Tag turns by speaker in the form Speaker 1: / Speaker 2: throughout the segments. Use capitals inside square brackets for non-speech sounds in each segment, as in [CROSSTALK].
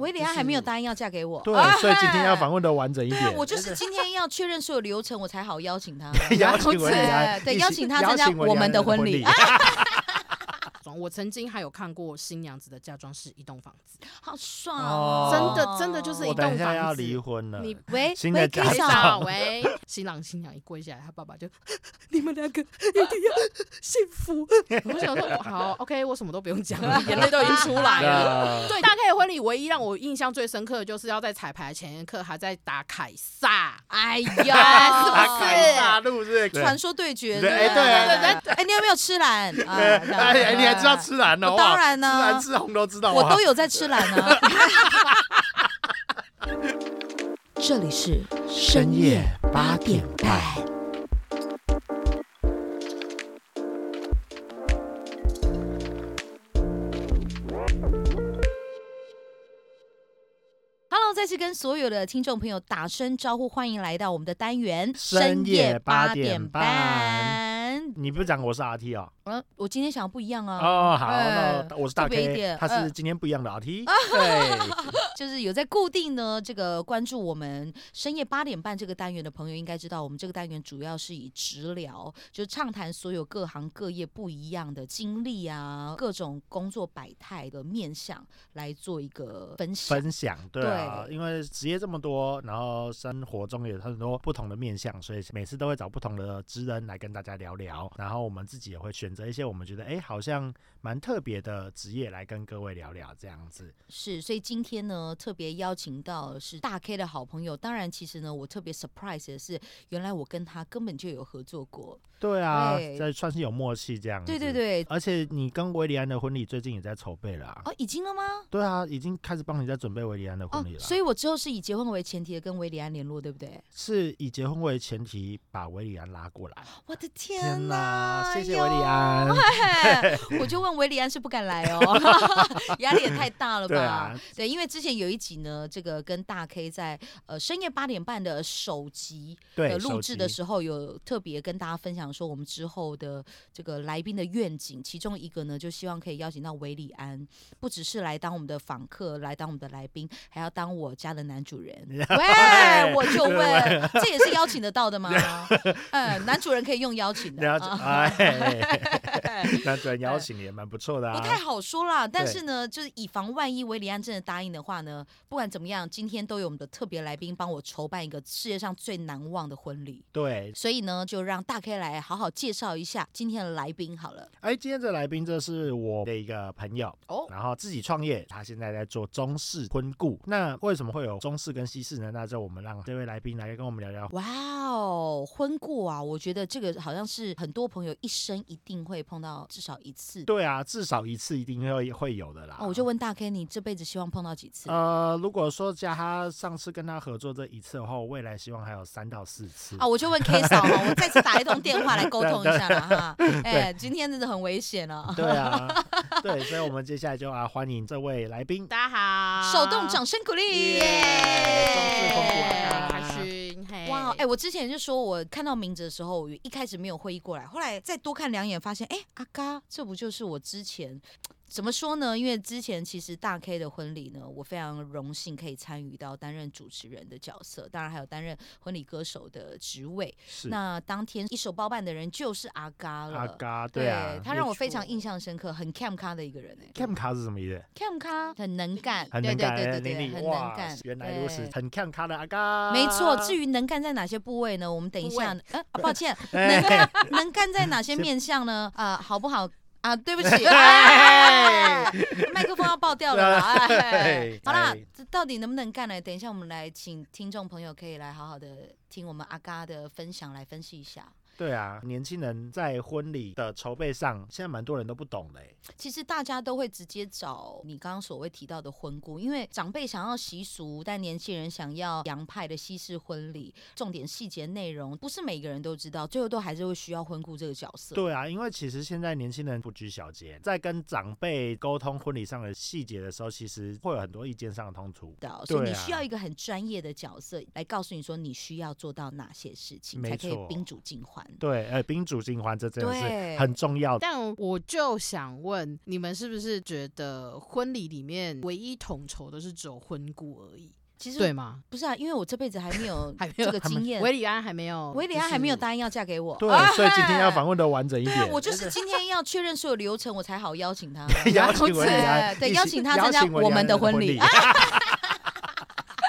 Speaker 1: 维里安还没有答应要嫁给我。
Speaker 2: 哦对
Speaker 1: 啊，
Speaker 2: 所以今天要访问的完整一
Speaker 1: [LAUGHS]
Speaker 2: 点。
Speaker 1: 我就是今天要确认所有流程，我才好邀请他。
Speaker 2: [LAUGHS] 邀请维里安，
Speaker 1: 对
Speaker 2: 一起
Speaker 1: 邀请他参加
Speaker 2: 邀请维里安
Speaker 1: 我们的婚礼啊
Speaker 2: 礼。
Speaker 3: 我曾经还有看过新娘子的嫁妆是一栋房
Speaker 1: [LAUGHS]
Speaker 3: 子，
Speaker 1: 好爽哦！
Speaker 3: 真的真的就是
Speaker 2: 我
Speaker 3: 一
Speaker 2: 等一
Speaker 3: 栋
Speaker 2: 下要
Speaker 3: 房子。
Speaker 2: 离婚了，
Speaker 3: 你
Speaker 1: 喂，
Speaker 2: 新的
Speaker 1: 喂，
Speaker 2: 家
Speaker 1: 可以
Speaker 2: 长
Speaker 1: 少
Speaker 3: 喂， [LAUGHS] 新郎新娘一跪下来，他爸爸就你们两个一定
Speaker 1: [LAUGHS]
Speaker 3: 要幸福。我想说好，OK，我什么都不用讲了，眼泪都已经出来
Speaker 1: [LAUGHS]
Speaker 3: 了。
Speaker 2: 那
Speaker 3: 对，大概婚礼唯一让我印象最深刻的就是要在彩排前一刻还在打凯撒，
Speaker 1: [LAUGHS] 哎呦，
Speaker 2: [LAUGHS] 打凯撒路是
Speaker 1: 传说对决，
Speaker 2: 对
Speaker 1: 不
Speaker 2: 哎
Speaker 1: 对哎，你有没有吃
Speaker 2: [LAUGHS]
Speaker 1: 兰？啊
Speaker 2: 哎
Speaker 1: 这样
Speaker 2: 哎，你还知道吃蓝呢？
Speaker 1: 我
Speaker 2: 哇
Speaker 1: 当然呢
Speaker 2: 吃蓝吃红都知道，
Speaker 1: 我
Speaker 2: 哇
Speaker 1: 都有在吃兰
Speaker 2: [LAUGHS]
Speaker 1: 啊。 [LAUGHS] 这里是
Speaker 2: 深夜八点半。
Speaker 1: Hello，再次跟所有的听众朋友打声招呼，欢迎来到我们的单元
Speaker 2: 深夜八点半
Speaker 1: 半。
Speaker 2: 你不是讲我是 RT 啊？
Speaker 1: 嗯，我今天想不一样啊，
Speaker 2: 哦，好，
Speaker 1: 哎
Speaker 2: 那我是大
Speaker 1: 特别一
Speaker 2: K，
Speaker 1: 点
Speaker 2: 他是
Speaker 1: 嗯
Speaker 2: 今天不一样的 RT，对，
Speaker 1: 就是有在固定呢这个关注我们深夜八点半这个单元的朋友，应该知道我们这个单元主要是以直聊，就是畅谈所有各行各业不一样的经历啊，各种工作百态的面向来做一个分享。
Speaker 2: 分享对啊，
Speaker 1: 对
Speaker 2: 因为职业这么多，然后生活中也有很多不同的面向，所以每次都会找不同的职人来跟大家聊聊，然后我们自己也会选择一些我们觉得哎好像蛮特别的职业来跟各位聊聊这样子。
Speaker 1: 是，所以今天呢，特别邀请到的是大 K 的好朋友。当然，其实呢，我特别 surprise 的是，原来我跟他根本就有合作过。
Speaker 2: 对啊，
Speaker 1: 对
Speaker 2: 这算是有默契这样子。
Speaker 1: 对对。对，
Speaker 2: 而且你跟维里安的婚礼最近也在筹备了、啊，
Speaker 1: 哦，已经了吗？
Speaker 2: 对啊，已经开始帮你在准备维里安的
Speaker 1: 哦
Speaker 2: 婚礼，了。啊
Speaker 1: 所以我之后是以结婚为前提的跟维里安联络，对不对？
Speaker 2: 是以结婚为前提把维里安拉过来。
Speaker 1: 我的
Speaker 2: 天
Speaker 1: 天
Speaker 2: 哪，
Speaker 1: 哪！
Speaker 2: 谢谢
Speaker 1: 哎
Speaker 2: 维
Speaker 1: 呦
Speaker 2: 里。安。 [LAUGHS]
Speaker 1: 嘿我就问维里安是不敢来哦，压力也太大了吧？
Speaker 2: 对啊，
Speaker 1: 对，因为之前有一集呢，这个跟大 K 在呃深夜八点半的首集
Speaker 2: 对，
Speaker 1: 的呃录
Speaker 2: 手
Speaker 1: 制
Speaker 2: 机
Speaker 1: 的时候，有特别跟大家分享说我们之后的这个来宾的愿景，其中一个呢，就希望可以邀请到维里安，不只是来当我们的访客，来当我们的来宾，还要当我家的男主
Speaker 2: [LAUGHS]
Speaker 1: 人。喂，我就问，这也是邀请得到
Speaker 2: [LAUGHS]
Speaker 1: 的吗？嗯，男主人可以用邀请的
Speaker 2: 了解，
Speaker 1: 啊。嗯
Speaker 2: 哎， [LAUGHS] 那这邀请也蛮不错的
Speaker 1: [LAUGHS]
Speaker 2: 啊。
Speaker 1: 不太好说啦，但
Speaker 2: 对
Speaker 1: 是呢，就是以防万一，维里安真的答应的话呢，不管怎么样，今天都有我们的特别来宾帮我筹办一个世界上最难忘的婚礼。
Speaker 2: 对，
Speaker 1: 所以呢，就让大 K 来好好介绍一下今天的来宾好了。
Speaker 2: 哎，今天这来宾这是我的一个朋友
Speaker 3: 哦
Speaker 2: 然后自己创业，他现在在做中式婚顾。那为什么会有中式跟西式呢？那就我们让这位来宾来跟我们聊聊。
Speaker 1: 哇哦，婚顾啊，我觉得这个好像是很多朋友一生一定会碰到至少一次。
Speaker 2: 对啊，至少一次一定会会有的啦。
Speaker 1: 哦，我就问大 K，你这辈子希望碰到几次？
Speaker 2: 呃，如果说加他上次跟他合作这一次的话，我未来希望还有三到四次。
Speaker 1: 啊，我就问 K 嫂嘛，我再次打一通电话来沟通一下了哈。哎，今天真的很危险啊！
Speaker 2: 对啊，对，所以我们接下来就啊欢迎这位
Speaker 1: [LAUGHS]
Speaker 2: 来宾。
Speaker 3: 大家好，
Speaker 1: 手动掌声鼓励，
Speaker 2: 耶中式风
Speaker 3: 对，
Speaker 2: 管啊
Speaker 3: 开心，嘿，
Speaker 1: 哇，哎、我之前就说我看到名字的时候，我一开始没有会意过来，后来再多看两眼，发现，哎、阿嘎，这不就是我之前。怎么说呢？因为之前其实大 K 的婚礼呢，我非常荣幸可以参与到担任主持人的角色，当然还有担任婚礼歌手的职位。
Speaker 2: 是
Speaker 1: 那当天一手包办的人就是阿嘎了，
Speaker 2: 阿嘎，对啊，
Speaker 1: 他让我
Speaker 2: 没
Speaker 1: 非常
Speaker 2: 错
Speaker 1: 印象深刻，很 cam 咖的一个人哎、
Speaker 2: Cam 卡是什么意思？
Speaker 1: cam 咖很能干，
Speaker 2: 很能干，
Speaker 1: 对
Speaker 2: 哎
Speaker 1: 对对对
Speaker 2: 林
Speaker 1: 对，
Speaker 2: 立
Speaker 1: 很
Speaker 2: 哇
Speaker 1: 能干，，
Speaker 2: 原来如此
Speaker 1: 对，
Speaker 2: 很 Cam 卡的阿嘎，
Speaker 1: 没错，至
Speaker 2: [LAUGHS] 于
Speaker 1: 于能干在哪些呃部位呢？我们等一下，呃，啊抱 [LAUGHS] 歉，
Speaker 2: 哎
Speaker 1: 能能干在哪些面相呢？啊，好不好？啊，对不 [LAUGHS] 起，
Speaker 2: 哎
Speaker 1: 哎麦克风要爆掉了啦！ [LAUGHS] 哎
Speaker 2: 哎，
Speaker 1: 好啦
Speaker 2: 哎，
Speaker 1: 这到底能不能干呢？等一下，我们来请听众朋友可以来好好的听我们阿嘎的分享，来分析一下。
Speaker 2: [LAUGHS] 对啊，年轻人在婚礼的筹备上，现在蛮多人都不懂的欸，
Speaker 1: 其实大家都会直接找你刚刚所谓提到的婚顾，因为长辈想要习俗，但年轻人想要洋派的西式婚礼，重点细节内容不是每个人都知道，最后都还是会需要婚顾这个角色。
Speaker 2: 对啊，因为其实现在年轻人不拘小节，在跟长辈沟通婚礼上的细节的时候，其实会有很多意见上的冲突。
Speaker 1: 到，哦所以
Speaker 2: 对
Speaker 1: 你
Speaker 2: 啊
Speaker 1: 需要一个很专业的角色来告诉你说你需要做到哪些事情，
Speaker 2: 没
Speaker 1: 才可以
Speaker 2: 错
Speaker 1: 宾主尽欢。
Speaker 2: 对，呃，宾主尽欢这真的
Speaker 1: 对
Speaker 2: 是很重要的。
Speaker 3: 但我就想问，你们是不是觉得婚礼里面唯一统筹的是只有婚顾而已，
Speaker 1: 其实
Speaker 3: 对吗？
Speaker 1: 不是啊，因为我这辈子还没有
Speaker 3: 还没有
Speaker 1: 这个
Speaker 2: [LAUGHS] 还没哦
Speaker 1: 经验，
Speaker 3: 维里安还没有，
Speaker 1: 维里安还没有
Speaker 3: 就是
Speaker 1: 答应要嫁给我。
Speaker 2: 对
Speaker 1: 啊，
Speaker 2: 所以今天
Speaker 1: [LAUGHS]
Speaker 2: 要访问的完整一
Speaker 1: 对
Speaker 2: 点。 [LAUGHS]
Speaker 1: 我就是今天要确认所有流程，我才好邀请他。
Speaker 2: 邀请维里安，
Speaker 1: 对对
Speaker 2: 一起
Speaker 1: 邀请他参加
Speaker 2: 邀请维里安
Speaker 1: 我们的
Speaker 2: 的
Speaker 1: 婚
Speaker 2: 婚
Speaker 1: 礼 [LAUGHS]
Speaker 2: 礼。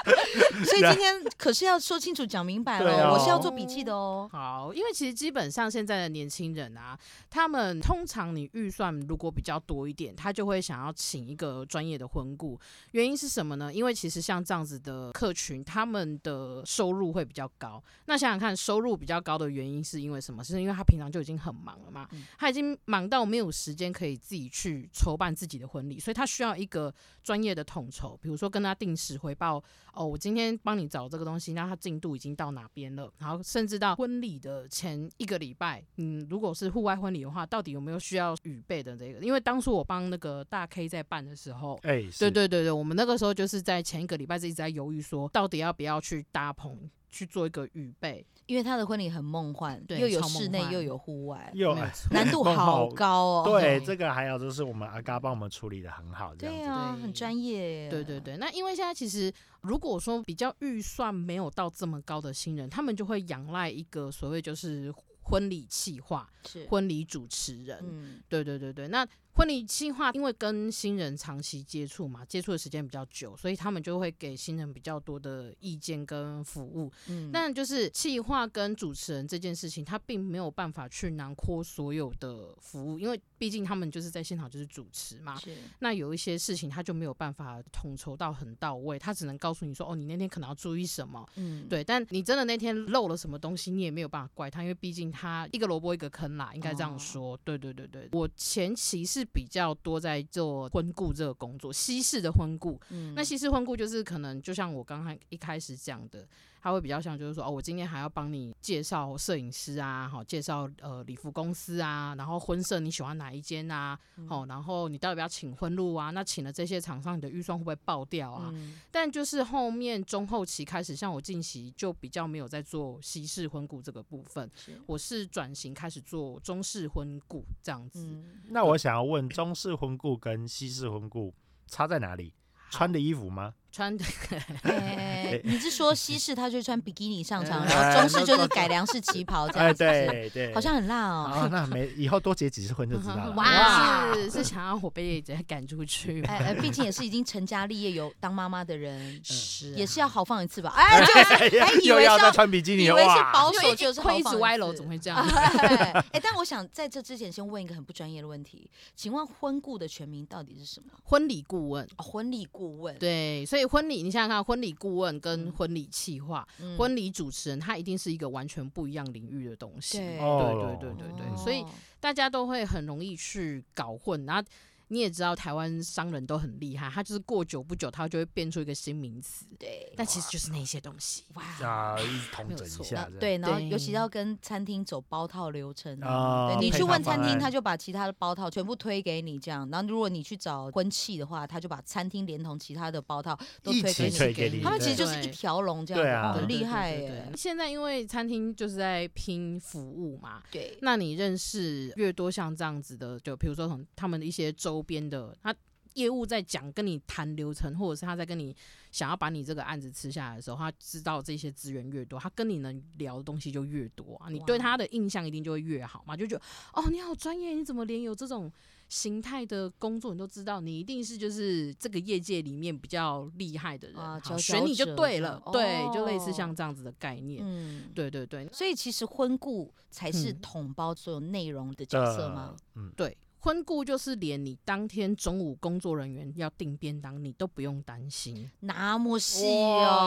Speaker 2: [LAUGHS]
Speaker 1: 所以今天可是要说清楚、讲明白
Speaker 2: 对
Speaker 1: 了，
Speaker 2: 啊
Speaker 1: 我是要做笔记的哦。
Speaker 3: 好，因为其实基本上现在的年轻人啊，他们通常你预算如果比较多一点，他就会想要请一个专业的婚顾。原因是什么呢？因为其实像这样子的客群，他们的收入会比较高。那想想看，收入比较高的原因是因为什么？是因为他平常就已经很忙了嘛，
Speaker 1: 嗯
Speaker 3: 他已经忙到没有时间可以自己去筹办自己的婚礼，所以他需要一个专业的统筹，比如说跟他定时回报哦，我今天帮你找这个东西，那它进度已经到哪边了？然后甚至到婚礼的前一个礼拜，嗯，如果是户外婚礼的话，到底有没有需要预备的这个？因为当初我帮那个大 K 在办的时候。
Speaker 2: 哎，
Speaker 3: 对
Speaker 2: 是
Speaker 3: 对对对，我们那个时候就是在前一个礼拜就一直在犹豫说，到底要不要去搭棚去做一个预备，
Speaker 1: 因为他的婚礼很梦幻，
Speaker 3: 对
Speaker 1: 又有
Speaker 3: 超梦
Speaker 1: 室内
Speaker 3: 幻
Speaker 1: 又有户外，
Speaker 2: 又
Speaker 3: 没有
Speaker 2: 哎
Speaker 3: 错
Speaker 1: 难度
Speaker 2: 梦幻
Speaker 1: 好高哦。
Speaker 2: 对
Speaker 3: 对
Speaker 2: 这个还有就是我们阿嘎帮我们处理的很好，这样
Speaker 1: 对
Speaker 2: 子。
Speaker 1: 啊，
Speaker 3: 对
Speaker 1: 很专业。
Speaker 3: 对对。对，那因为现在其实如果说比较预算没有到这么高的新人，他们就会仰赖一个所谓就是婚礼企划、
Speaker 1: 是，
Speaker 3: 婚礼主持人。
Speaker 1: 嗯，
Speaker 3: 对对对对，那婚礼计划因为跟新人长期接触嘛，接触的时间比较久，所以他们就会给新人比较多的意见跟服务。
Speaker 1: 嗯
Speaker 3: 但就是企划跟主持人这件事情，他并没有办法去囊括所有的服务，因为毕竟他们就是在现场就是主持嘛。
Speaker 1: 是
Speaker 3: 那有一些事情他就没有办法统筹到很到位，他只能告诉你说，哦，你那天可能要注意什么，
Speaker 1: 嗯，
Speaker 3: 对，但你真的那天漏了什么东西，你也没有办法怪他，因为毕竟他一个萝卜一个坑啦，应该这样说。对对对对，我前期是比较多在做婚顾这个工作，西式的婚顾。
Speaker 1: 嗯，
Speaker 3: 那西式婚顾就是可能就像我刚刚一开始讲的，他会比较像就是说哦，我今天还要帮你介绍摄影师啊，好、介绍呃礼服公司啊，然后婚摄你喜欢哪一间啊，
Speaker 1: 嗯
Speaker 3: 好、然后你到底要不要请婚录啊？那请了这些厂商，你的预算会不会爆掉啊？
Speaker 1: 嗯
Speaker 3: 但就是后面中后期开始，像我近期就比较没有在做西式婚顾这个部分，
Speaker 1: 是
Speaker 3: 我是转型开始做中式婚顾这样子。 [LAUGHS]
Speaker 1: 嗯，
Speaker 2: 那我想要问，中式婚顾跟西式婚顾差在哪里？穿的衣
Speaker 1: [LAUGHS]
Speaker 2: 服吗？
Speaker 3: 穿 [LAUGHS] 的
Speaker 1: 哎你是说西式他就穿比基尼上场，
Speaker 2: [LAUGHS]
Speaker 3: 嗯
Speaker 1: 然后中式就是改良式旗袍这
Speaker 2: 哎，
Speaker 1: 样子，是不
Speaker 2: 对对，
Speaker 1: 是啊好像很辣哦。
Speaker 2: 啊，那没以后多结几次婚就知
Speaker 1: [LAUGHS]
Speaker 2: 道了。
Speaker 1: 哇
Speaker 3: 哇，是是想要我被人家赶出去吗？
Speaker 1: 哎哎，毕竟也是已经成家立业、有当妈妈的人，
Speaker 2: 嗯
Speaker 3: 是啊
Speaker 1: 也是要豪放一次吧？
Speaker 2: [LAUGHS]
Speaker 1: 哎，就是还以
Speaker 2: 又
Speaker 1: 为
Speaker 2: 要
Speaker 1: 是
Speaker 2: 再
Speaker 1: 要
Speaker 2: 穿比基尼
Speaker 1: 以
Speaker 2: 了
Speaker 1: 为是
Speaker 2: 哇！
Speaker 1: 保守，就是
Speaker 3: 会一
Speaker 1: 豪
Speaker 3: 直
Speaker 1: 放
Speaker 3: 歪
Speaker 1: 次
Speaker 3: 楼，怎么会
Speaker 1: [LAUGHS]
Speaker 3: 这样？
Speaker 1: 哎，哎但我想在这之前先问一个很不专业的问题，请问婚顾的全名到底是什么？
Speaker 3: [LAUGHS] 婚礼顾问。
Speaker 1: 哦婚礼顾问，
Speaker 3: 对，所以婚礼，你想想看，婚礼顾问
Speaker 1: 嗯
Speaker 3: 跟婚礼企划、
Speaker 1: 嗯，
Speaker 3: 婚礼主持人，他一定是一个完全不一样领域的东西。
Speaker 1: 对
Speaker 2: 哦
Speaker 3: 对对对对
Speaker 1: 哦
Speaker 3: 对，所以大家都会很容易去搞混。然后你也知道，台湾商人都很厉害，他就是过久不久，他就会变出一个新名词，
Speaker 1: 对，
Speaker 3: 但其实就是那些东西。
Speaker 1: 哇，
Speaker 2: 啊，一直统整一下
Speaker 1: 那，
Speaker 2: 这样
Speaker 1: 对，然后尤其
Speaker 3: 对
Speaker 1: 要跟餐厅走包套流程啊。
Speaker 2: 啊
Speaker 1: 对，你
Speaker 2: 配
Speaker 1: 去
Speaker 2: 套
Speaker 1: 问
Speaker 2: 方
Speaker 1: 餐厅，
Speaker 2: 案
Speaker 1: 他就把其他的包套全部推给你这样。然后如果你去找婚庆的话，他就把餐厅连同其他的包套都
Speaker 2: 一
Speaker 1: 推给
Speaker 2: 起
Speaker 1: 你。
Speaker 2: 推给你，
Speaker 1: 他们其实就
Speaker 2: 对
Speaker 1: 是一
Speaker 3: 对
Speaker 1: 条龙这样子，哦
Speaker 2: 对啊
Speaker 1: 哇很厉害
Speaker 3: 对对对
Speaker 1: 耶
Speaker 3: 对。现在因为餐厅就是在拼服务嘛，
Speaker 1: 对，
Speaker 3: 那你认识越多像这样子的，就比如说从他们的一些周边的，他业务在讲跟你谈流程，或者是他在跟你想要把你这个案子吃下来的时候，他知道这些资源越多，他跟你能聊的东西就越多啊，你对
Speaker 1: 哇
Speaker 3: 他的印象一定就会越好嘛，就觉得哦你好专业，你怎么连有这种。形态的工作你都知道，你一定是就是这个业界里面比较厉害的人，
Speaker 1: 啊
Speaker 3: 好
Speaker 1: 佼佼
Speaker 3: 选你就
Speaker 1: 者
Speaker 3: 对
Speaker 1: 这
Speaker 3: 了
Speaker 1: 样，
Speaker 3: 对，就类
Speaker 1: 哦
Speaker 3: 似像这样子的概念，
Speaker 1: 嗯，
Speaker 3: 对对对。
Speaker 1: 所以其实婚顾才
Speaker 3: 嗯
Speaker 1: 是
Speaker 3: 呃
Speaker 1: 统包所有内容的角色吗
Speaker 2: 的？，嗯，
Speaker 3: 对，婚顾就是连你当天中午工作人员要订便当，你都不用担心，
Speaker 1: 那么细
Speaker 2: 哇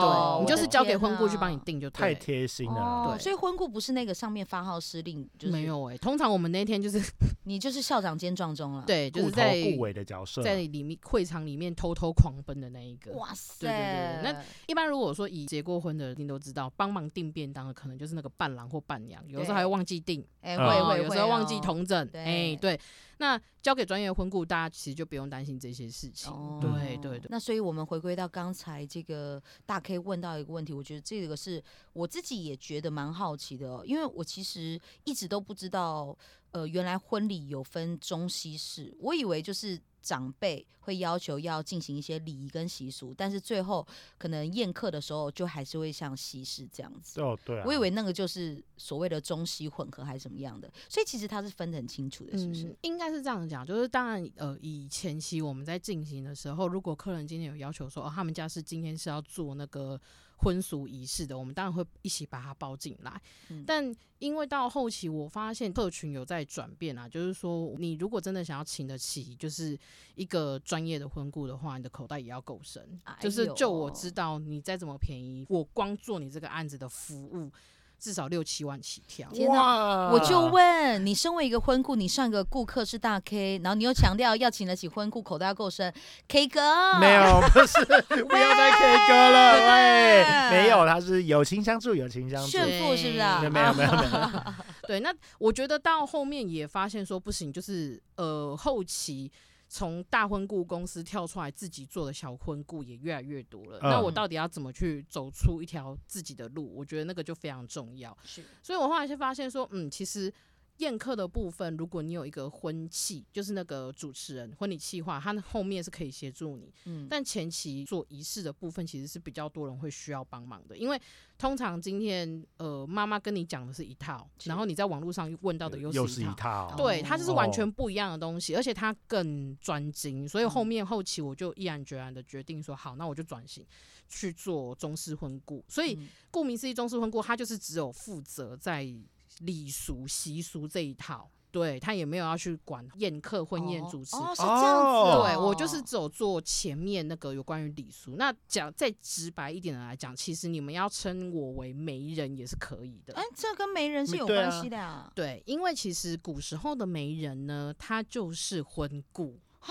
Speaker 1: 哦
Speaker 3: 对，
Speaker 2: 我
Speaker 3: 你
Speaker 2: 的
Speaker 3: 就是交给婚顾去帮你
Speaker 1: 定。
Speaker 3: 订就对
Speaker 2: 太
Speaker 3: 了。
Speaker 2: 贴心了。
Speaker 1: 哦，
Speaker 3: 对
Speaker 1: 所以婚顾不是那个上面发号施令，就是啊
Speaker 3: 没有哎、通常我们那天就是
Speaker 1: 你就是校长兼撞钟了。，
Speaker 3: 对，就
Speaker 2: 顾
Speaker 3: 是
Speaker 2: 头
Speaker 3: 在
Speaker 2: 顾啊尾的角色，
Speaker 3: 在里面会场里面偷偷狂奔的那一个。
Speaker 1: 哇塞，
Speaker 3: 对对对一般如果说以结过婚的，一定都知道，帮忙订便当的可能就是那个伴郎或伴娘，有时候还会忘记订，
Speaker 1: 哎
Speaker 2: 嗯
Speaker 1: 会
Speaker 3: 哦
Speaker 1: 会
Speaker 3: 有时候忘
Speaker 1: 会
Speaker 3: 记
Speaker 1: 哦
Speaker 3: 同整，
Speaker 1: 对
Speaker 3: 哎、对。那交给专业的婚顾，大家其实就不用担心这些事情。
Speaker 1: 哦
Speaker 3: 对对对，
Speaker 1: 那所以我们回归到刚才这个大 K 问到一个问题，我觉得这个是我自己也觉得蛮好奇的、哦，因为我其实一直都不知道，呃，原来婚礼有分中西式，我以为就是。长辈会要求要进行一些礼仪跟习俗，但是最后可能宴客的时候就还是会像西式这样子。
Speaker 2: 哦对啊，
Speaker 1: 我以为那个就是所谓的中西混合还是什么样的，所以其实它是分得很清楚的，是不是？
Speaker 3: 嗯、应该是这样讲，就是当然，呃，以前期我们在进行的时候，如果客人今天有要求说，哦，他们家是今天是要做那个婚俗仪式的，我们当然会一起把它包进来。
Speaker 1: 嗯
Speaker 3: 但因为到后期，我发现客群有在转变啊，就是说，你如果真的想要请得起，就是一个专业的婚顾的话，你的口袋也要够深。
Speaker 1: 哎
Speaker 3: 就是就我
Speaker 1: 呦
Speaker 3: 知道，你再怎么便宜，我光做你这个案子的服务，至少六七万起跳。
Speaker 1: 天哪
Speaker 2: 哇，
Speaker 1: 我就问你，身为一个婚顾，你上个顾客是大 K，然后你又强调要请得起婚顾，口袋要够深，K 哥
Speaker 2: 没，有，
Speaker 1: [LAUGHS]
Speaker 2: 不是，不要再 K 歌了，喂，没有，他是友情相助，友情相助，
Speaker 1: 炫富是不是啊
Speaker 2: 没
Speaker 3: 对
Speaker 2: 有没有没有，没有
Speaker 3: 对，那我觉得到后面也发现说不行，就是呃后期。从大婚顾公司跳出来，自己做的小婚顾也越来越多了。
Speaker 2: 嗯
Speaker 3: 那我到底要怎么去走出一条自己的路？我觉得那个就非常重要。
Speaker 1: 是
Speaker 3: 所以我后来就发现说，嗯，其实宴客的部分，如果你有一个婚庆，就是那个主持人、婚礼企划，他后面是可以协助你。
Speaker 1: 嗯，
Speaker 3: 但前期做仪式的部分，其实是比较多人会需要帮忙的，因为通常今天呃妈妈跟你讲的是一套，
Speaker 1: 是
Speaker 3: 然后你在网络上问到的又
Speaker 2: 又
Speaker 3: 是
Speaker 2: 是
Speaker 3: 一
Speaker 2: 一
Speaker 3: 套。
Speaker 2: 套，
Speaker 3: 对，它就是完
Speaker 2: 哦
Speaker 3: 全不一样的东西，而且它更专精，所以
Speaker 1: 嗯
Speaker 3: 后面后期我就毅然决然的决定说，好，那我就转型去做中式婚顾。所以
Speaker 1: 嗯
Speaker 3: 顾名思义，中式婚顾它就是只有负责在礼俗习俗这一套，对，它也没有要去管宴客婚宴主持
Speaker 1: 哦，哦是这样子哦、
Speaker 3: 对我就是只有做前面那个有关于礼俗。那讲再直白一点的来讲，其实你们要称我为媒人也是可以的
Speaker 1: 哎。，这跟媒人是有
Speaker 2: 对啊
Speaker 1: 关系的啊。
Speaker 3: 对，因为其实古时候的媒人呢，他就是婚故
Speaker 1: 啊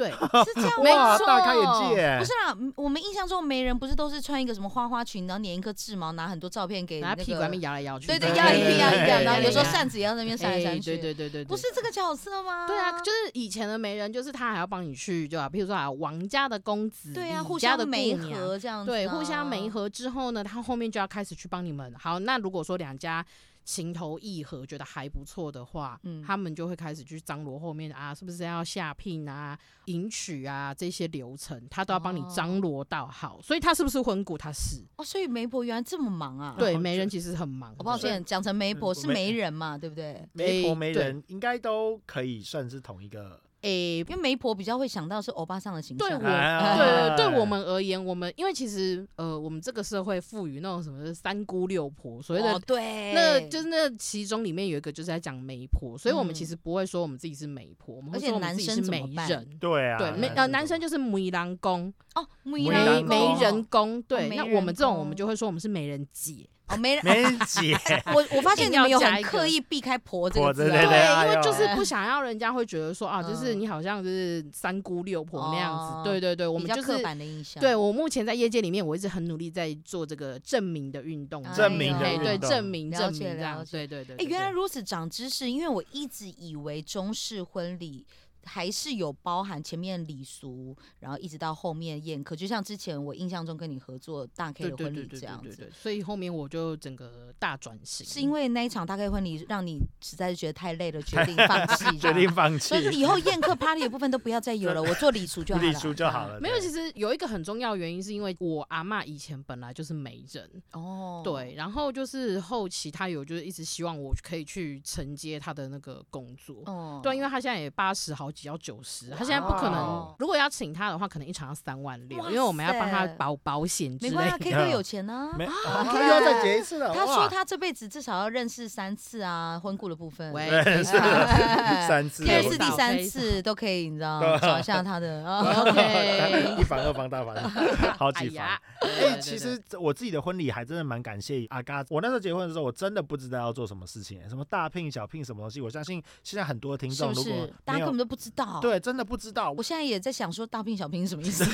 Speaker 3: 对，
Speaker 1: 是这样吗，
Speaker 3: 没
Speaker 2: 哇，
Speaker 3: 错
Speaker 2: 大开眼界，
Speaker 1: 不是啦，嗯我们印象中媒人不是都是穿一个什么花花裙，然后粘一颗痣毛，拿很多照片 [LAUGHS] 给
Speaker 3: 拿
Speaker 1: 那
Speaker 3: 屁股
Speaker 1: 个
Speaker 3: 那边，摇来摇去，
Speaker 1: 对对，
Speaker 2: 对
Speaker 1: 摇一
Speaker 2: 对
Speaker 1: 摇一摇
Speaker 2: 对
Speaker 1: 一摇，
Speaker 2: 对
Speaker 1: 然后有时候
Speaker 2: 对
Speaker 1: 扇子也要那边扇来
Speaker 3: 哎
Speaker 1: 扇
Speaker 3: 对
Speaker 1: 去，
Speaker 3: 对对对，
Speaker 1: 不是这个角色吗？
Speaker 3: 对啊，就是以前的媒人，就是他还要帮你去，就啊，譬如说啊，王家的公子，
Speaker 1: 对啊，
Speaker 3: 李
Speaker 1: 互
Speaker 3: 家
Speaker 1: 相
Speaker 3: 的
Speaker 1: 媒
Speaker 3: 姑娘
Speaker 1: 合这样子啊，
Speaker 3: 对，互相媒合之后呢，他后面就要开始去帮你们。好，那如果说两家情投意合，觉得还不错的话，
Speaker 1: 嗯
Speaker 3: 他们就会开始去张罗后面啊，是不是要下聘啊、迎娶啊这些流程，他都要帮你张罗到好。所以他是不是婚故？他是。
Speaker 1: 哦，所以媒婆原来这么忙啊。
Speaker 3: 对，嗯
Speaker 2: 哦
Speaker 3: 媒
Speaker 2: 这
Speaker 3: 人其实很忙的。
Speaker 1: 我抱歉，讲成媒婆
Speaker 2: 我
Speaker 1: 是
Speaker 2: 没
Speaker 1: 媒人嘛，对不对？
Speaker 2: 媒
Speaker 3: 哎
Speaker 2: 婆媒
Speaker 3: 对
Speaker 2: 人应该都可以算是同一个，
Speaker 3: 诶、
Speaker 1: 因为媒婆比较会想到是欧巴桑的形
Speaker 3: 对
Speaker 1: 象
Speaker 3: 我，
Speaker 1: 啊。
Speaker 2: 哎
Speaker 3: 对对，对我们而言，我们因为其实呃，我们这个社会赋予那种什么三姑六婆，所谓的
Speaker 1: 哦，对，
Speaker 3: 那就是那其中里面有一个就是在讲媒婆，所以我们
Speaker 1: 嗯
Speaker 3: 其实不会说我们自己是媒婆，我们会
Speaker 1: 而且
Speaker 3: 说我们自己是
Speaker 1: 男生怎
Speaker 3: 媒
Speaker 1: 么办
Speaker 3: 人。
Speaker 2: 对啊，
Speaker 3: 对，媒
Speaker 1: 男
Speaker 3: 呃
Speaker 2: 生
Speaker 3: 男生
Speaker 2: 就
Speaker 3: 就是媒郎公，
Speaker 1: 哦，媒
Speaker 2: 媒
Speaker 3: 媒
Speaker 1: 人
Speaker 2: 人
Speaker 3: 媒
Speaker 2: 公
Speaker 3: 人公。对，
Speaker 1: 哦媒
Speaker 3: 那
Speaker 1: 人
Speaker 3: 我们这种我们
Speaker 1: 公
Speaker 3: 就会说我们是媒人姐。
Speaker 1: 哦，媒人。啊
Speaker 2: 没人姐，
Speaker 1: [LAUGHS] 我我发现
Speaker 3: 硬
Speaker 1: 你
Speaker 3: 要
Speaker 1: 们有
Speaker 3: 加
Speaker 1: 很
Speaker 3: 一个
Speaker 1: 刻意避开“婆”这个
Speaker 2: 婆
Speaker 1: 字
Speaker 2: 对
Speaker 1: 啊，
Speaker 2: 对对哎
Speaker 3: 因为
Speaker 2: 呦
Speaker 3: 就是不想要人家会觉得说啊，
Speaker 1: 嗯
Speaker 3: 就是你好像就是三姑六婆那样
Speaker 1: 哦
Speaker 3: 子。对对对，我
Speaker 1: 我
Speaker 3: 们
Speaker 1: 比
Speaker 3: 就
Speaker 1: 较刻
Speaker 3: 是。
Speaker 1: 板的印象。
Speaker 3: 对我目前在业界里面，我一直很努力在做这个证明的运动，
Speaker 2: 证明的
Speaker 3: 哎对
Speaker 2: 运动
Speaker 3: 证明
Speaker 1: 了
Speaker 3: 证
Speaker 1: 解
Speaker 3: 明这样
Speaker 1: 了，解
Speaker 3: 对对对。
Speaker 1: 哎，
Speaker 3: 对
Speaker 1: 原来如此，长知识。因为我一直以为中式婚礼还是有包含前面礼俗，然后一直到后面宴客，就像之前我印象中跟你合作大
Speaker 3: 对
Speaker 1: K 的
Speaker 3: 对
Speaker 1: 婚
Speaker 3: 对
Speaker 1: 礼
Speaker 3: 对
Speaker 1: 这
Speaker 3: 对
Speaker 1: 样
Speaker 3: 对
Speaker 1: 子
Speaker 3: 对，。所以后面我就整个大转型，
Speaker 1: 是因为那一场大概婚礼让你实在是觉得太累了，决定放弃这样，
Speaker 2: [LAUGHS] 决定放
Speaker 1: [LAUGHS] 所以
Speaker 2: 弃，
Speaker 1: 以后宴客 party 的部分都不要再
Speaker 2: [LAUGHS]
Speaker 1: 有了，我做礼俗就好
Speaker 2: 立
Speaker 1: 了。
Speaker 2: 书就好了，
Speaker 3: 没有，
Speaker 2: 对
Speaker 3: 其实有一个很重要的原因，是因为我阿嬷以前本来就是媒人，
Speaker 1: 哦，
Speaker 3: 对，，然后就是后期她有就是一直希望我可以去承接她的那个工作，
Speaker 1: 哦
Speaker 3: 对，因为她现在也八十好几，要九十，她现在不可能
Speaker 2: 哇，
Speaker 3: 如果要请她的话，可能一场要三万六，
Speaker 1: 哦哇
Speaker 3: 因为我们要帮她
Speaker 1: 塞
Speaker 3: 保保险之
Speaker 1: 没
Speaker 3: 类
Speaker 1: 关系啊
Speaker 3: 的。
Speaker 1: ，K 哥有钱呢、
Speaker 2: 没
Speaker 1: 啊。
Speaker 2: 啊
Speaker 1: 可以
Speaker 2: 又要再结一次 [LAUGHS] 了，
Speaker 1: 他
Speaker 2: 哇
Speaker 1: 说他这辈子至少要认识三次啊，婚故的部分。
Speaker 3: 喂，
Speaker 1: 哎
Speaker 3: 没
Speaker 1: 哎
Speaker 3: 事
Speaker 1: 哎
Speaker 2: 三
Speaker 1: [LAUGHS]
Speaker 2: 次
Speaker 1: 第
Speaker 2: 了，
Speaker 1: 二
Speaker 3: 可以
Speaker 1: 次、
Speaker 2: [LAUGHS] 我
Speaker 1: 第
Speaker 3: 少
Speaker 1: 三
Speaker 3: 可以
Speaker 1: 次都可以，你知道
Speaker 2: [LAUGHS] 对
Speaker 1: 吗？
Speaker 2: 啊
Speaker 1: 找一下他的啊。
Speaker 3: [LAUGHS]
Speaker 2: [LAUGHS]
Speaker 3: ，OK，
Speaker 2: 一房、二房、
Speaker 1: [LAUGHS]
Speaker 2: 大房，好几房。
Speaker 3: 哎
Speaker 2: 哎、其实我自己的婚礼还真的蛮感谢阿嘎。我那时候结婚的时候，我真的不知道要做什么事情，什么大聘、小聘什么东西。我相信现在很多听
Speaker 1: 是
Speaker 2: 众
Speaker 1: 不
Speaker 2: 如果
Speaker 1: 是？大家
Speaker 2: 没
Speaker 1: 根
Speaker 2: 有
Speaker 1: 本都不知道。，
Speaker 2: 对，真的不知道
Speaker 1: 我。现在也在想说大病小病是什么
Speaker 2: [LAUGHS]
Speaker 1: 意思？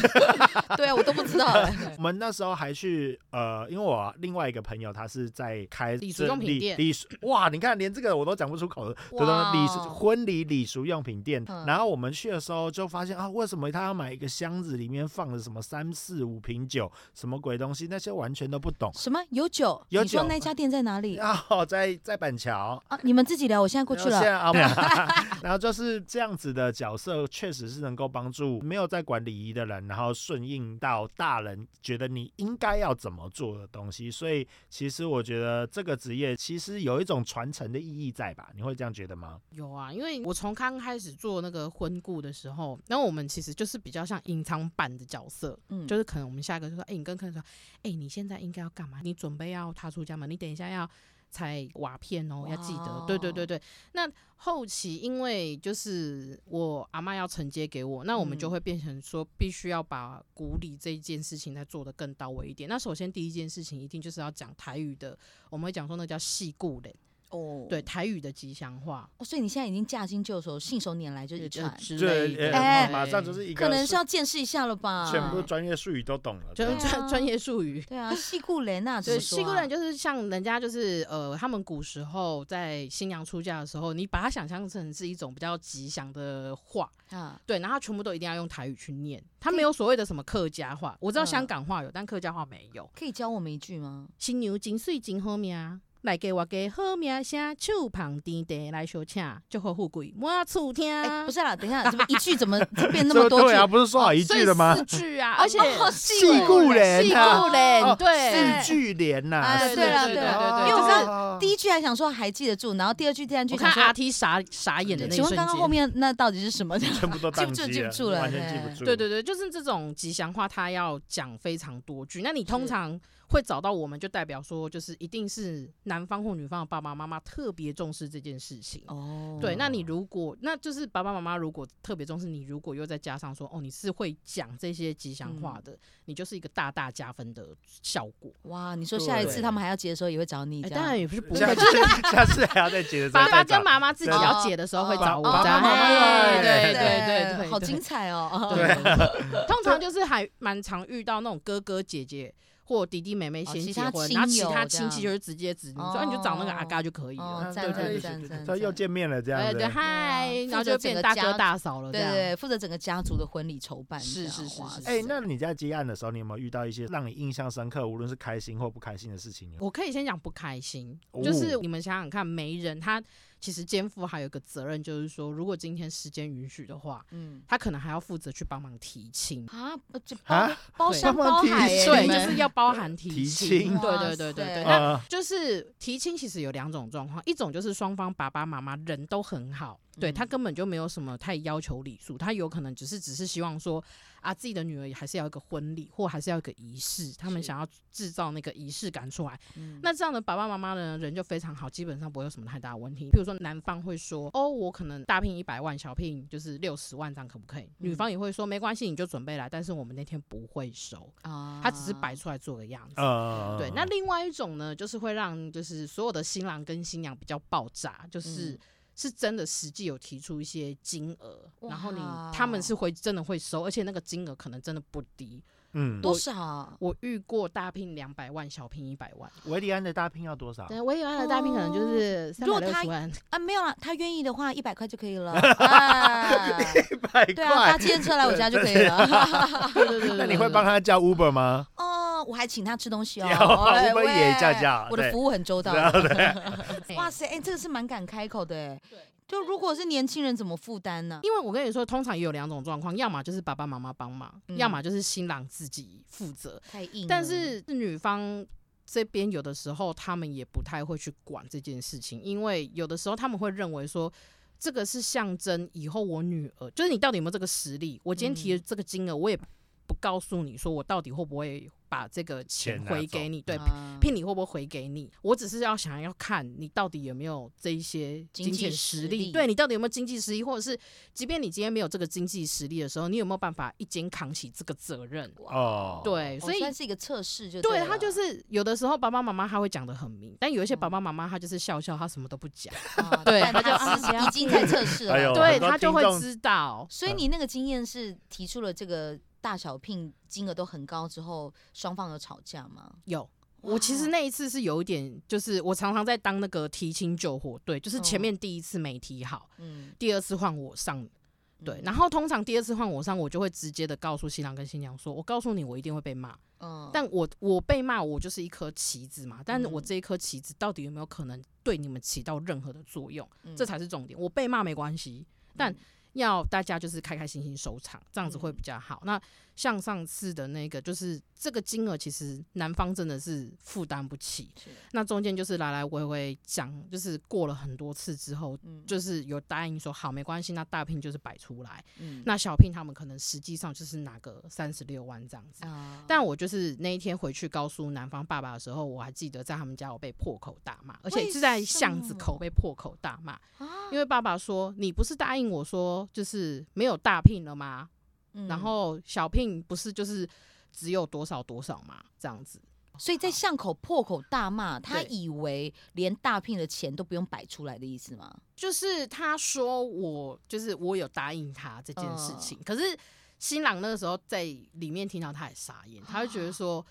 Speaker 1: 对啊，我都不知道哎、
Speaker 2: 我们那时候还去呃，因为我另外一个朋友他是在开
Speaker 3: 礼俗
Speaker 2: 这
Speaker 3: 用品
Speaker 2: 礼
Speaker 3: 店
Speaker 2: 礼俗哇，你看连这个我都讲不出口了，对
Speaker 1: 哇哦
Speaker 2: 对，礼俗婚礼礼俗用品店。
Speaker 1: 嗯
Speaker 2: 然后我们去的时候就发现啊，为什么他要买一个箱子里面放了什么三四五瓶酒，什么鬼东西，那些完全都不懂。
Speaker 1: 什么有酒？
Speaker 2: 有
Speaker 1: 你说
Speaker 2: 酒
Speaker 1: 那家店在哪里？
Speaker 2: 然后在在板桥，
Speaker 1: 啊，你们自己聊，我现在过去
Speaker 2: 然后现
Speaker 1: 了。
Speaker 2: 在啊，没有然后就是这样子的角色，确实是能够帮助没有在管礼仪的人，然后顺应到大人觉得你应该要怎么做的东西。所以其实我觉得这个职业其实有一种传承的意义在吧？你会这样觉得吗？
Speaker 3: 有啊，因为我从刚开始做那个婚顾的时候，然后我们其实就是比较像隐藏版的角色，
Speaker 1: 嗯，
Speaker 3: 就是可能我们下一个就说，哎、你跟客人说，哎、你现在应该要干嘛？你准备要踏出家门，你等一下要踩瓦片哦，要记得。对对
Speaker 1: 哦
Speaker 3: 对对。那后期因为就是我阿妈要承接给我，那我们就
Speaker 1: 嗯
Speaker 3: 会变成说，必须要把古礼这一件事情再做得更到位一点。那首先第一件事情一定就是要讲台语的，我们会讲说那叫戏故的，
Speaker 1: 哦
Speaker 3: 对，台语的吉祥话。
Speaker 1: 哦所以你现在已经驾轻就熟，信手拈来就一
Speaker 3: 呃
Speaker 1: 串，
Speaker 3: 之
Speaker 2: 对
Speaker 3: 类的，对
Speaker 1: 哎
Speaker 2: 呃哦马上就是一个
Speaker 1: 可能是要见识一下了吧？
Speaker 2: 全部专业术语都懂了，
Speaker 3: 就
Speaker 2: 对
Speaker 1: 啊
Speaker 3: 专专业术 [LAUGHS] 语。
Speaker 1: 对啊，戏骨雷呐，怎
Speaker 3: 对，
Speaker 1: 么说
Speaker 3: 西
Speaker 1: 啊
Speaker 3: 姑人就是像人家就是呃，他们古时候在新娘出嫁的时候，你把它想象成是一种比较吉祥的话，
Speaker 1: 啊，
Speaker 3: 对，然后它全部都一定要用台语去念，它没有所谓的什么客家话，我知道
Speaker 1: 嗯
Speaker 3: 香港话有，但客家话没有。
Speaker 1: 可以教我们一句吗？
Speaker 3: 新娘真水真好命，啊来给我给好名声，手旁甜甜来相请，祝福富贵满厝听。
Speaker 1: 哎，不是啦，等一下，怎么一
Speaker 3: [LAUGHS]
Speaker 1: 句怎么变那
Speaker 2: 这
Speaker 1: 么多
Speaker 2: 对
Speaker 1: 句？
Speaker 2: 啊，不是说好一
Speaker 3: 所
Speaker 2: 句
Speaker 3: 以
Speaker 2: 了吗
Speaker 3: 四？句啊，而且 [LAUGHS]
Speaker 1: 哦
Speaker 2: 戏故人
Speaker 3: 戏
Speaker 2: 啊
Speaker 3: 故人，
Speaker 2: 哦
Speaker 3: 对，
Speaker 2: 四句连呐、
Speaker 1: 哎
Speaker 3: 对
Speaker 1: 对啦
Speaker 3: 对
Speaker 1: 对
Speaker 3: 对
Speaker 1: 啦
Speaker 3: 对，
Speaker 1: 因为
Speaker 3: 就
Speaker 1: 我
Speaker 3: 是
Speaker 2: 刚
Speaker 1: 第一句还想说还记得住，然后第二句、第三句
Speaker 3: 我
Speaker 1: 想
Speaker 3: 看
Speaker 1: 说，
Speaker 3: 阿 T 傻傻眼的那一瞬
Speaker 1: 请问
Speaker 3: 间。
Speaker 1: 刚刚后面那到底是什么？
Speaker 2: 全部都
Speaker 1: 记不
Speaker 2: 宕
Speaker 1: 住
Speaker 2: 机
Speaker 1: 记不住了
Speaker 2: 完全记不住。
Speaker 3: 对对对，就是这种吉祥话，它要讲非常多句。那你通
Speaker 1: 是
Speaker 3: 常会找到我们，就代表说，就是一定是男方或女方的爸爸妈妈特别重视这件事情。
Speaker 1: [LAUGHS] 哦，
Speaker 3: 对，那你如果那就是爸爸妈妈如果特别重视你，如果又再加上说哦你是会讲这些吉祥话的，你就是一个大大加分的效果。
Speaker 1: 哇，你说下一次他们还要结的时候也会找你，
Speaker 3: 哎，
Speaker 1: 这
Speaker 3: 当
Speaker 1: 样
Speaker 3: 然也不是不
Speaker 2: 下
Speaker 3: 会，就
Speaker 2: 次下次还要再接着再
Speaker 3: 爸爸
Speaker 2: 再找
Speaker 3: 跟妈妈自己
Speaker 2: 对
Speaker 3: 了解的时候会
Speaker 1: 哦
Speaker 3: 找我
Speaker 2: 爸
Speaker 3: 这样。
Speaker 2: 爸妈妈
Speaker 3: 哎
Speaker 2: 对
Speaker 3: 对对对对，
Speaker 1: 好
Speaker 3: 对
Speaker 1: 精彩哦！
Speaker 3: 对， [LAUGHS] 通常就是还蛮常遇到那种哥哥姐姐或弟弟妹妹
Speaker 1: 哦
Speaker 3: 先
Speaker 1: 其
Speaker 3: 结
Speaker 1: 他
Speaker 3: 婚，
Speaker 1: 亲
Speaker 3: 然后其
Speaker 1: 友
Speaker 3: 他
Speaker 1: 这
Speaker 3: 亲戚
Speaker 1: 样
Speaker 3: 就是直接指定说，啊你就找那个阿嘎就可以啊
Speaker 1: 哦
Speaker 3: 了。，
Speaker 1: 赞
Speaker 2: 对
Speaker 1: 赞
Speaker 2: 对
Speaker 1: 赞赞，
Speaker 2: 说又见面了这样
Speaker 3: 对
Speaker 2: 子
Speaker 3: 对，，嗨，
Speaker 1: 对啊
Speaker 3: 然后就变大哥大嫂了。
Speaker 1: 对对
Speaker 3: 这样
Speaker 1: 对，负责整个家族的婚礼筹办这
Speaker 3: 是
Speaker 1: 样，
Speaker 3: 是是
Speaker 1: 哇
Speaker 3: 是
Speaker 1: 塞
Speaker 2: 哎、那你在接案的时候，你有没有遇到一些让你印象深刻，无论是开心或不开心的事情？
Speaker 3: 我可以先讲不开心，
Speaker 2: 哦
Speaker 3: 就是你们想想看，媒人他其实肩负还有一个责任，就是说，如果今天时间允许的话，
Speaker 1: 嗯
Speaker 3: 他可能还要负责去帮忙提亲。
Speaker 1: 啊，不这包
Speaker 2: 啊，
Speaker 1: 包
Speaker 3: 对
Speaker 1: 山
Speaker 2: 帮忙
Speaker 1: 包
Speaker 2: 提
Speaker 1: 海耶，
Speaker 2: 哎
Speaker 3: 欸对，
Speaker 1: [LAUGHS] 你们
Speaker 3: 就是要包含提
Speaker 2: 提
Speaker 3: 亲。
Speaker 2: 亲
Speaker 3: 对对对对对。
Speaker 1: 哇塞
Speaker 3: 那
Speaker 2: 呃，
Speaker 3: 就是提亲其实有两种状况，一种就是双方爸爸妈妈人都很好，对
Speaker 1: 嗯
Speaker 3: 他根本就没有什么太要求礼数，他有可能只是只是希望说啊自己的女儿还是要一个婚礼或还是要一个仪式，他们
Speaker 1: 是
Speaker 3: 想要制造那个仪式感出来。
Speaker 1: 嗯
Speaker 3: 那这样的爸爸妈妈呢人就非常好，基本上不会有什么太大的问题。比如说男方会说哦我可能大聘一百万，小聘就是六十万这样可不可以？女
Speaker 1: 嗯
Speaker 3: 方也会说没关系你就准备来，但是我们那天不会收，
Speaker 1: 啊，
Speaker 3: 他只是摆出来做个样子。
Speaker 2: 呃
Speaker 3: 对，那另外一种呢，就是会让就是所有的新郎跟新娘比较爆炸，就是、
Speaker 1: 嗯
Speaker 3: 是真的实际有提出一些金额，然后你
Speaker 1: 哇
Speaker 3: 他们是会真的会收，而且那个金额可能真的不低。
Speaker 2: 嗯，
Speaker 1: 多少？
Speaker 3: 我遇过大聘两百万，小聘一百万，
Speaker 2: 维利安的大聘要多少？
Speaker 3: 对，我以为他的大聘可能就是三
Speaker 1: 哦
Speaker 3: 百
Speaker 1: 如果他
Speaker 3: 六十
Speaker 1: [LAUGHS]
Speaker 3: 万，
Speaker 1: 啊，没有啦，他愿意的话，一百块就可以了。啊
Speaker 2: 一百
Speaker 1: 对啊，搭
Speaker 2: 块。
Speaker 1: 计程车来我家就可以了。
Speaker 3: 对对对对
Speaker 2: [LAUGHS]
Speaker 3: 对
Speaker 2: 那你会帮他叫 Uber 吗？
Speaker 1: [LAUGHS] 哦，我还请他吃东西哦。
Speaker 2: 有啊
Speaker 1: 哎
Speaker 2: Uber 也
Speaker 1: 喂
Speaker 2: 叫叫
Speaker 1: 我的
Speaker 2: 对
Speaker 1: 服务很周到的。哇
Speaker 3: 哇塞！
Speaker 1: 塞，哎，这个是蛮敢开口的哎。就如果是年轻人，怎么负担呢？
Speaker 3: 因为我跟你说，通常也有两种状况，要么就是爸爸妈妈帮忙，
Speaker 1: 嗯
Speaker 3: 要么就是新郎自己负责。
Speaker 1: 太硬了。
Speaker 3: 但是女方这边有的时候他们也不太会去管这件事情，因为有的时候他们会认为说。这个是象征以后我女儿，就是你到底有没有这个实力？我今天提的这个金额，我也不告诉你说我到底会不会把这个钱
Speaker 2: 钱拿
Speaker 3: 回
Speaker 2: 走
Speaker 3: 给你，对，
Speaker 1: 啊
Speaker 3: 聘你会不会回给你？我只是要想要看你到底有没有这一些
Speaker 1: 经
Speaker 3: 金
Speaker 1: 济
Speaker 3: 钱
Speaker 1: 实
Speaker 3: 实力，
Speaker 1: 力
Speaker 3: 对你到底有没有经济实力，或者是即便你今天没有这个经济实力的时候，你有没有办法一肩扛起这个责任？
Speaker 2: 哦，
Speaker 3: 对，
Speaker 1: 哦
Speaker 3: 所以
Speaker 1: 算是一个测试就
Speaker 3: 对
Speaker 1: 了嗯
Speaker 3: 他就是有的时候爸爸妈妈他会讲的很明，但有一些爸爸妈妈他就是笑笑，他什么都不讲，
Speaker 1: 啊
Speaker 3: [LAUGHS] 对
Speaker 1: 但
Speaker 3: 他就
Speaker 1: 他
Speaker 3: 啊
Speaker 1: 是
Speaker 3: 不要
Speaker 1: 已经在测试
Speaker 2: 哎
Speaker 1: 了
Speaker 2: 呦，
Speaker 3: 对
Speaker 2: 很多
Speaker 3: 他就
Speaker 2: 听
Speaker 3: 会
Speaker 2: 众
Speaker 3: 知道。
Speaker 1: 所以你那个经验是提出了这个大小聘金额都很高之后，双方有吵架吗？
Speaker 3: 有，我其实
Speaker 1: 哇
Speaker 3: 那一次是有一点，就是我常常在当那个提亲救火队，就是前
Speaker 1: 嗯
Speaker 3: 面第一次没提好，
Speaker 1: 嗯，
Speaker 3: 第二次换我上。对，然后通常第二次换我上，我就会直接的告诉新郎跟新娘说：“我告诉你，我一定会被骂。
Speaker 1: 嗯，
Speaker 3: 但我我被骂，我就是一颗棋子嘛。但是我
Speaker 1: 嗯
Speaker 3: 这一颗棋子到底有没有可能对你们起到任何的作用，
Speaker 1: 嗯
Speaker 3: 这才是重点。我被骂没关系，但要大家就是开开心心收场，这样子会比较好。
Speaker 1: 嗯
Speaker 3: 那像上次的那个，就是这个金额，其实男方真的是负担不起。
Speaker 1: 是
Speaker 3: 那中间就是来来回回讲，就是过了很多次之后，
Speaker 1: 嗯
Speaker 3: 就是有答应说好没关系，那大聘就是摆出来，
Speaker 1: 嗯
Speaker 3: 那小聘他们可能实际上就是拿个三十六万这样子。
Speaker 1: 啊
Speaker 3: 但我就是那一天回去告诉男方爸爸的时候，我还记得在他们家我被破口大骂，而且
Speaker 1: 为
Speaker 3: 是在
Speaker 1: 什
Speaker 3: 巷子口
Speaker 1: 么
Speaker 3: 被破口大骂，
Speaker 1: 啊
Speaker 3: 因为爸爸说你不是答应我说就是没有大聘了吗？
Speaker 1: 嗯
Speaker 3: 然后小聘不是就是只有多少多少吗？这样子，
Speaker 1: 所以在巷口破口大骂，他
Speaker 3: 对
Speaker 1: 以为连大聘的钱都不用摆出来的意思吗？
Speaker 3: 就是他说我就是我有答应他这件事
Speaker 1: 嗯
Speaker 3: 情，可是新郎那个时候在里面听到他也傻眼，
Speaker 1: 啊
Speaker 3: 他就觉得说。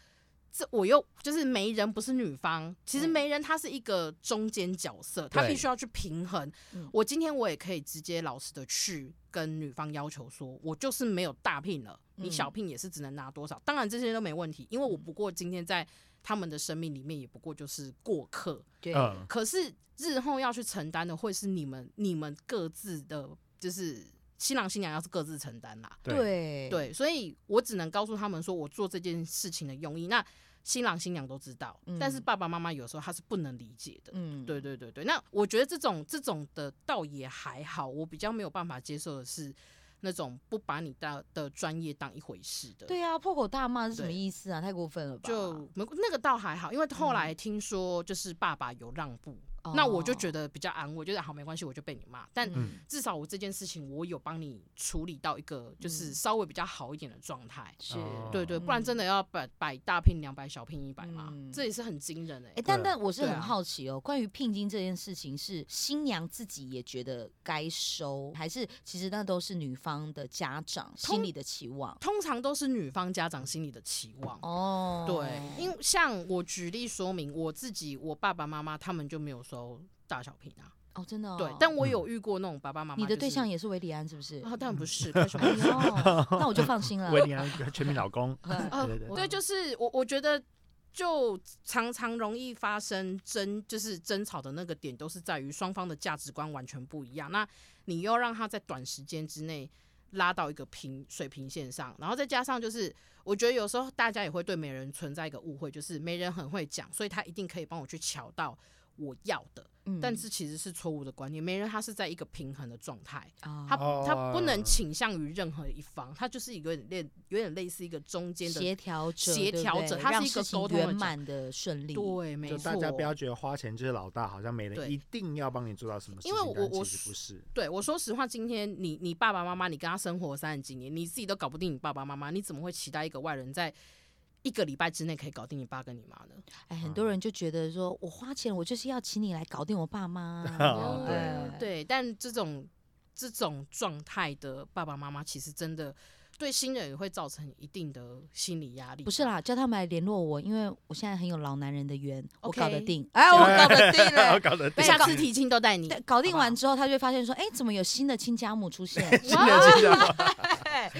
Speaker 3: 这我又就是媒人不是女方，其实
Speaker 1: 嗯
Speaker 3: 媒人她是一个中间角色，她
Speaker 2: 对
Speaker 3: 必须要去平衡
Speaker 1: 嗯。
Speaker 3: 我今天我也可以直接老实的去跟女方要求说，我就是没有大聘了，你
Speaker 1: 嗯
Speaker 3: 小聘也是只能拿多少，当然这些都没问题，因为我不过今天在他们的生命里面也不过就是过客，
Speaker 1: 对
Speaker 2: 嗯，
Speaker 3: 可是日后要去承担的会是你们你们各自的，就是新郎新娘要是各自承担啦。
Speaker 2: 对，
Speaker 1: 对
Speaker 3: 对，所以我只能告诉他们说我做这件事情的用意。那新郎新娘都知道，
Speaker 1: 嗯
Speaker 3: 但是爸爸妈妈有时候他是不能理解的。
Speaker 1: 嗯
Speaker 3: 对对对对，那我觉得这种这种的倒也还好，我比较没有办法接受的是那种不把你的的专业当一回事的。
Speaker 1: 对啊，破口大骂是什么
Speaker 3: 对
Speaker 1: 意思啊？太过分了吧？
Speaker 3: 就没那个倒还好，因为后来
Speaker 1: 嗯
Speaker 3: 听说就是爸爸有让步，
Speaker 1: 哦
Speaker 3: 那我就觉得比较安慰，就是好没关系，我就被你骂，但
Speaker 1: 嗯
Speaker 3: 至少我这件事情我有帮你处理到一个就是
Speaker 1: 嗯
Speaker 3: 稍微比较好一点的状态。
Speaker 1: 是
Speaker 2: 哦
Speaker 3: 对对，
Speaker 1: 嗯
Speaker 3: 不然真的要百百大聘两百，小聘一百嘛，
Speaker 1: 嗯
Speaker 3: 这也是很惊人哎、
Speaker 1: 哎、但
Speaker 2: 对
Speaker 1: 但我是
Speaker 3: 对
Speaker 1: 很
Speaker 3: 啊
Speaker 1: 好奇哦，关于聘金这件事情，是新娘自己也觉得该收，还是其实那都是女方的家长心
Speaker 3: 通
Speaker 1: 里的期望？
Speaker 3: 通常都是女方家长心里的期望。
Speaker 1: 哦，
Speaker 3: 对，因为像我举例说明我自己，我爸爸妈妈他们就没有收大小聘啊。
Speaker 1: 哦，真的、哦，
Speaker 3: 对，但我
Speaker 2: 嗯
Speaker 3: 有遇过那种爸爸妈妈、
Speaker 1: 你的对象
Speaker 3: 也
Speaker 1: 也是维里安是不是？
Speaker 3: 啊，当然不是，开什么
Speaker 1: 哎呦，那我就放心了。
Speaker 2: 维尼安全民老公，
Speaker 3: 呃
Speaker 2: 对对
Speaker 1: 我
Speaker 3: 对，就是我我觉得就常常容易发生争，就是争吵的那个点，都是在于双方的价值观完全不一样。那你又让他在短时间之内拉到一个平水平线上，然后再加上就是，我觉得有时候大家也会对媒人存在一个误会，就是媒人很会讲，所以他一定可以帮我去瞧到我要的，
Speaker 1: 嗯
Speaker 3: 但是其实是错误的观念。媒人他是在一个平衡的状态。
Speaker 1: 啊，
Speaker 3: 他他不能
Speaker 2: 哦
Speaker 3: 倾向于任何一方，他就是一个有点类有点类似一个中间的
Speaker 1: 协调者，
Speaker 3: 协
Speaker 1: 对不
Speaker 3: 调者
Speaker 1: 对
Speaker 3: 他是
Speaker 1: 让
Speaker 3: 一个
Speaker 1: 事情
Speaker 3: 沟通的
Speaker 1: 圆
Speaker 3: 角
Speaker 1: 满的顺利。
Speaker 3: 对，没
Speaker 2: 就
Speaker 3: 错。
Speaker 2: 大家不要觉得花钱就是老大，好像没
Speaker 3: 对
Speaker 2: 人一定要帮你做到什么事情，
Speaker 3: 因为我
Speaker 2: 但
Speaker 3: 我
Speaker 2: 其实不是，
Speaker 3: 对我说实话，今天你你爸爸妈妈，你跟他生活三十几年，你自己都搞不定你爸爸妈妈，你怎么会期待一个外人在一个礼拜之内可以搞定你爸跟你妈呢？
Speaker 1: 哎，很多人就觉得说我花钱，我就是要请你来搞定我
Speaker 3: [LAUGHS]
Speaker 1: 爸妈
Speaker 2: 哦。对
Speaker 1: 哎
Speaker 3: 对，但这种这种状态的爸爸妈妈，其实真的对新人也会造成一定的心理压力。
Speaker 1: 不是，啦，叫他们来联络我，因为我现在很有老男人的缘我搞得
Speaker 3: OK
Speaker 1: 定。哎，我搞得定
Speaker 3: [LAUGHS]
Speaker 2: 我
Speaker 1: 了。
Speaker 2: 搞得定
Speaker 1: 对
Speaker 3: 下
Speaker 1: 搞
Speaker 3: 次提亲都带你
Speaker 1: 对，搞定
Speaker 3: 好不好
Speaker 1: 完之后，他就会发现说，哎，怎么有新的亲家母
Speaker 3: [LAUGHS]
Speaker 1: 出现？
Speaker 2: 新的新的，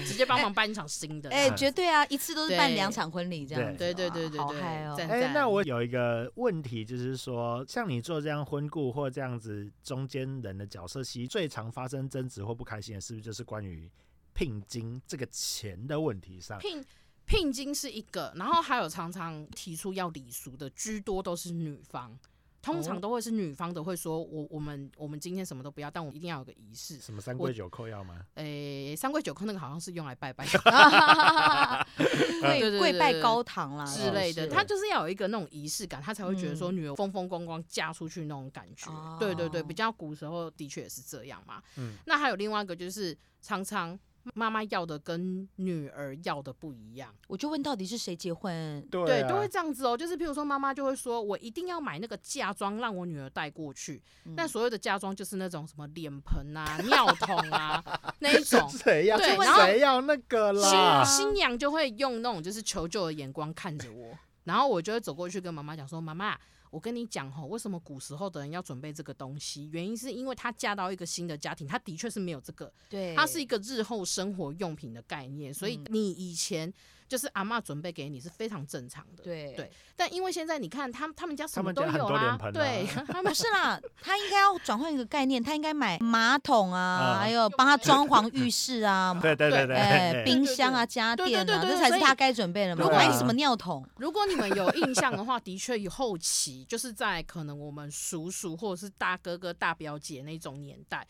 Speaker 3: 直接帮忙办一场新的。
Speaker 1: 哎，
Speaker 2: 嗯
Speaker 1: 绝对啊，一次都是办
Speaker 3: 对
Speaker 1: 两场婚礼这样子。
Speaker 3: 对对对对对，
Speaker 1: 哇好嗨哦！
Speaker 3: [LAUGHS] 赞
Speaker 2: 哎，
Speaker 3: 赞
Speaker 2: 那我有一个问题，就是说，像你做这样婚顾或这样子中间人的角色，其实最常发生争执或不开心的，是不是就是关于聘金这个钱的问题上？
Speaker 3: 聘聘金是一个，然后还有常常提出要礼俗的，居多都是女方。通
Speaker 1: 哦
Speaker 3: 常都会是女方的会说，我我们我们今天什么都不要，但我们一定要有个仪式。
Speaker 2: 什么三
Speaker 3: 我
Speaker 2: 跪九叩要吗？
Speaker 3: 诶、三跪九叩那个好像是用来拜拜
Speaker 1: 啊
Speaker 3: 对对
Speaker 1: 跪
Speaker 3: 对
Speaker 1: 跪拜
Speaker 3: 对
Speaker 1: 高堂啦
Speaker 3: 之类
Speaker 2: 是
Speaker 3: 的，他就是要有一个那种仪式感，他才会觉得说
Speaker 1: 嗯
Speaker 3: 女儿风风光光嫁出去那种感觉。对对对，
Speaker 1: 哦
Speaker 3: 比较古时候的确也是这样嘛。
Speaker 2: 嗯
Speaker 3: 那还有另外一个就是，常常妈妈要的跟女儿要的不一样。
Speaker 1: 我就问到底是谁结婚？
Speaker 2: 对
Speaker 3: 对，
Speaker 2: 啊 [LAUGHS]
Speaker 3: 都会这样子哦。就是譬如说，妈妈就会说，我一定要买那个嫁妆让我女儿带过去。那
Speaker 1: 嗯
Speaker 3: 所有的嫁妆就是那种什么脸盆啊、尿桶啊那一种。
Speaker 2: [LAUGHS] 谁要
Speaker 3: 对
Speaker 2: 这
Speaker 3: 然后
Speaker 2: 谁要那个啦？
Speaker 3: 新新娘就会用那种就是求救的眼光看着我，然后我就会走过去跟妈妈讲说：“妈妈，我跟你讲吼，为什么古时候的人要准备这个东西？原因是因为她嫁到一个新的家庭，她的确是没有这个，
Speaker 1: 对，
Speaker 3: 它是一个日后生活用品的概念，所以
Speaker 1: 嗯
Speaker 3: 你以前就是阿嬷准备给你是非常正常的。
Speaker 1: 对
Speaker 3: 对但因为现在你看，他们他们家
Speaker 2: 他
Speaker 3: 什么
Speaker 2: 们
Speaker 3: 都
Speaker 2: 家很
Speaker 3: 有
Speaker 2: 多
Speaker 3: 啦
Speaker 2: 脸，盆啊
Speaker 3: 对， [LAUGHS] 他们
Speaker 1: 不是啦，他应该要转换一个概念，他应该买马桶啊，
Speaker 2: 嗯
Speaker 1: 还有帮他装潢浴室
Speaker 3: [LAUGHS]
Speaker 1: 啊，
Speaker 2: [LAUGHS] 对对对对，
Speaker 3: 呃
Speaker 1: 哎、
Speaker 2: 嘿
Speaker 1: 冰箱啊、家
Speaker 3: 对对
Speaker 1: 电啊，
Speaker 3: 对对
Speaker 1: 这
Speaker 3: 对
Speaker 1: 才是
Speaker 3: 所以
Speaker 1: 他该准备的嘛。
Speaker 2: 对啊
Speaker 1: 买什么尿桶？
Speaker 3: 如果你们有印象的话，的确有后期就是在可能我们叔叔或者是大哥哥、大表姐那种年代。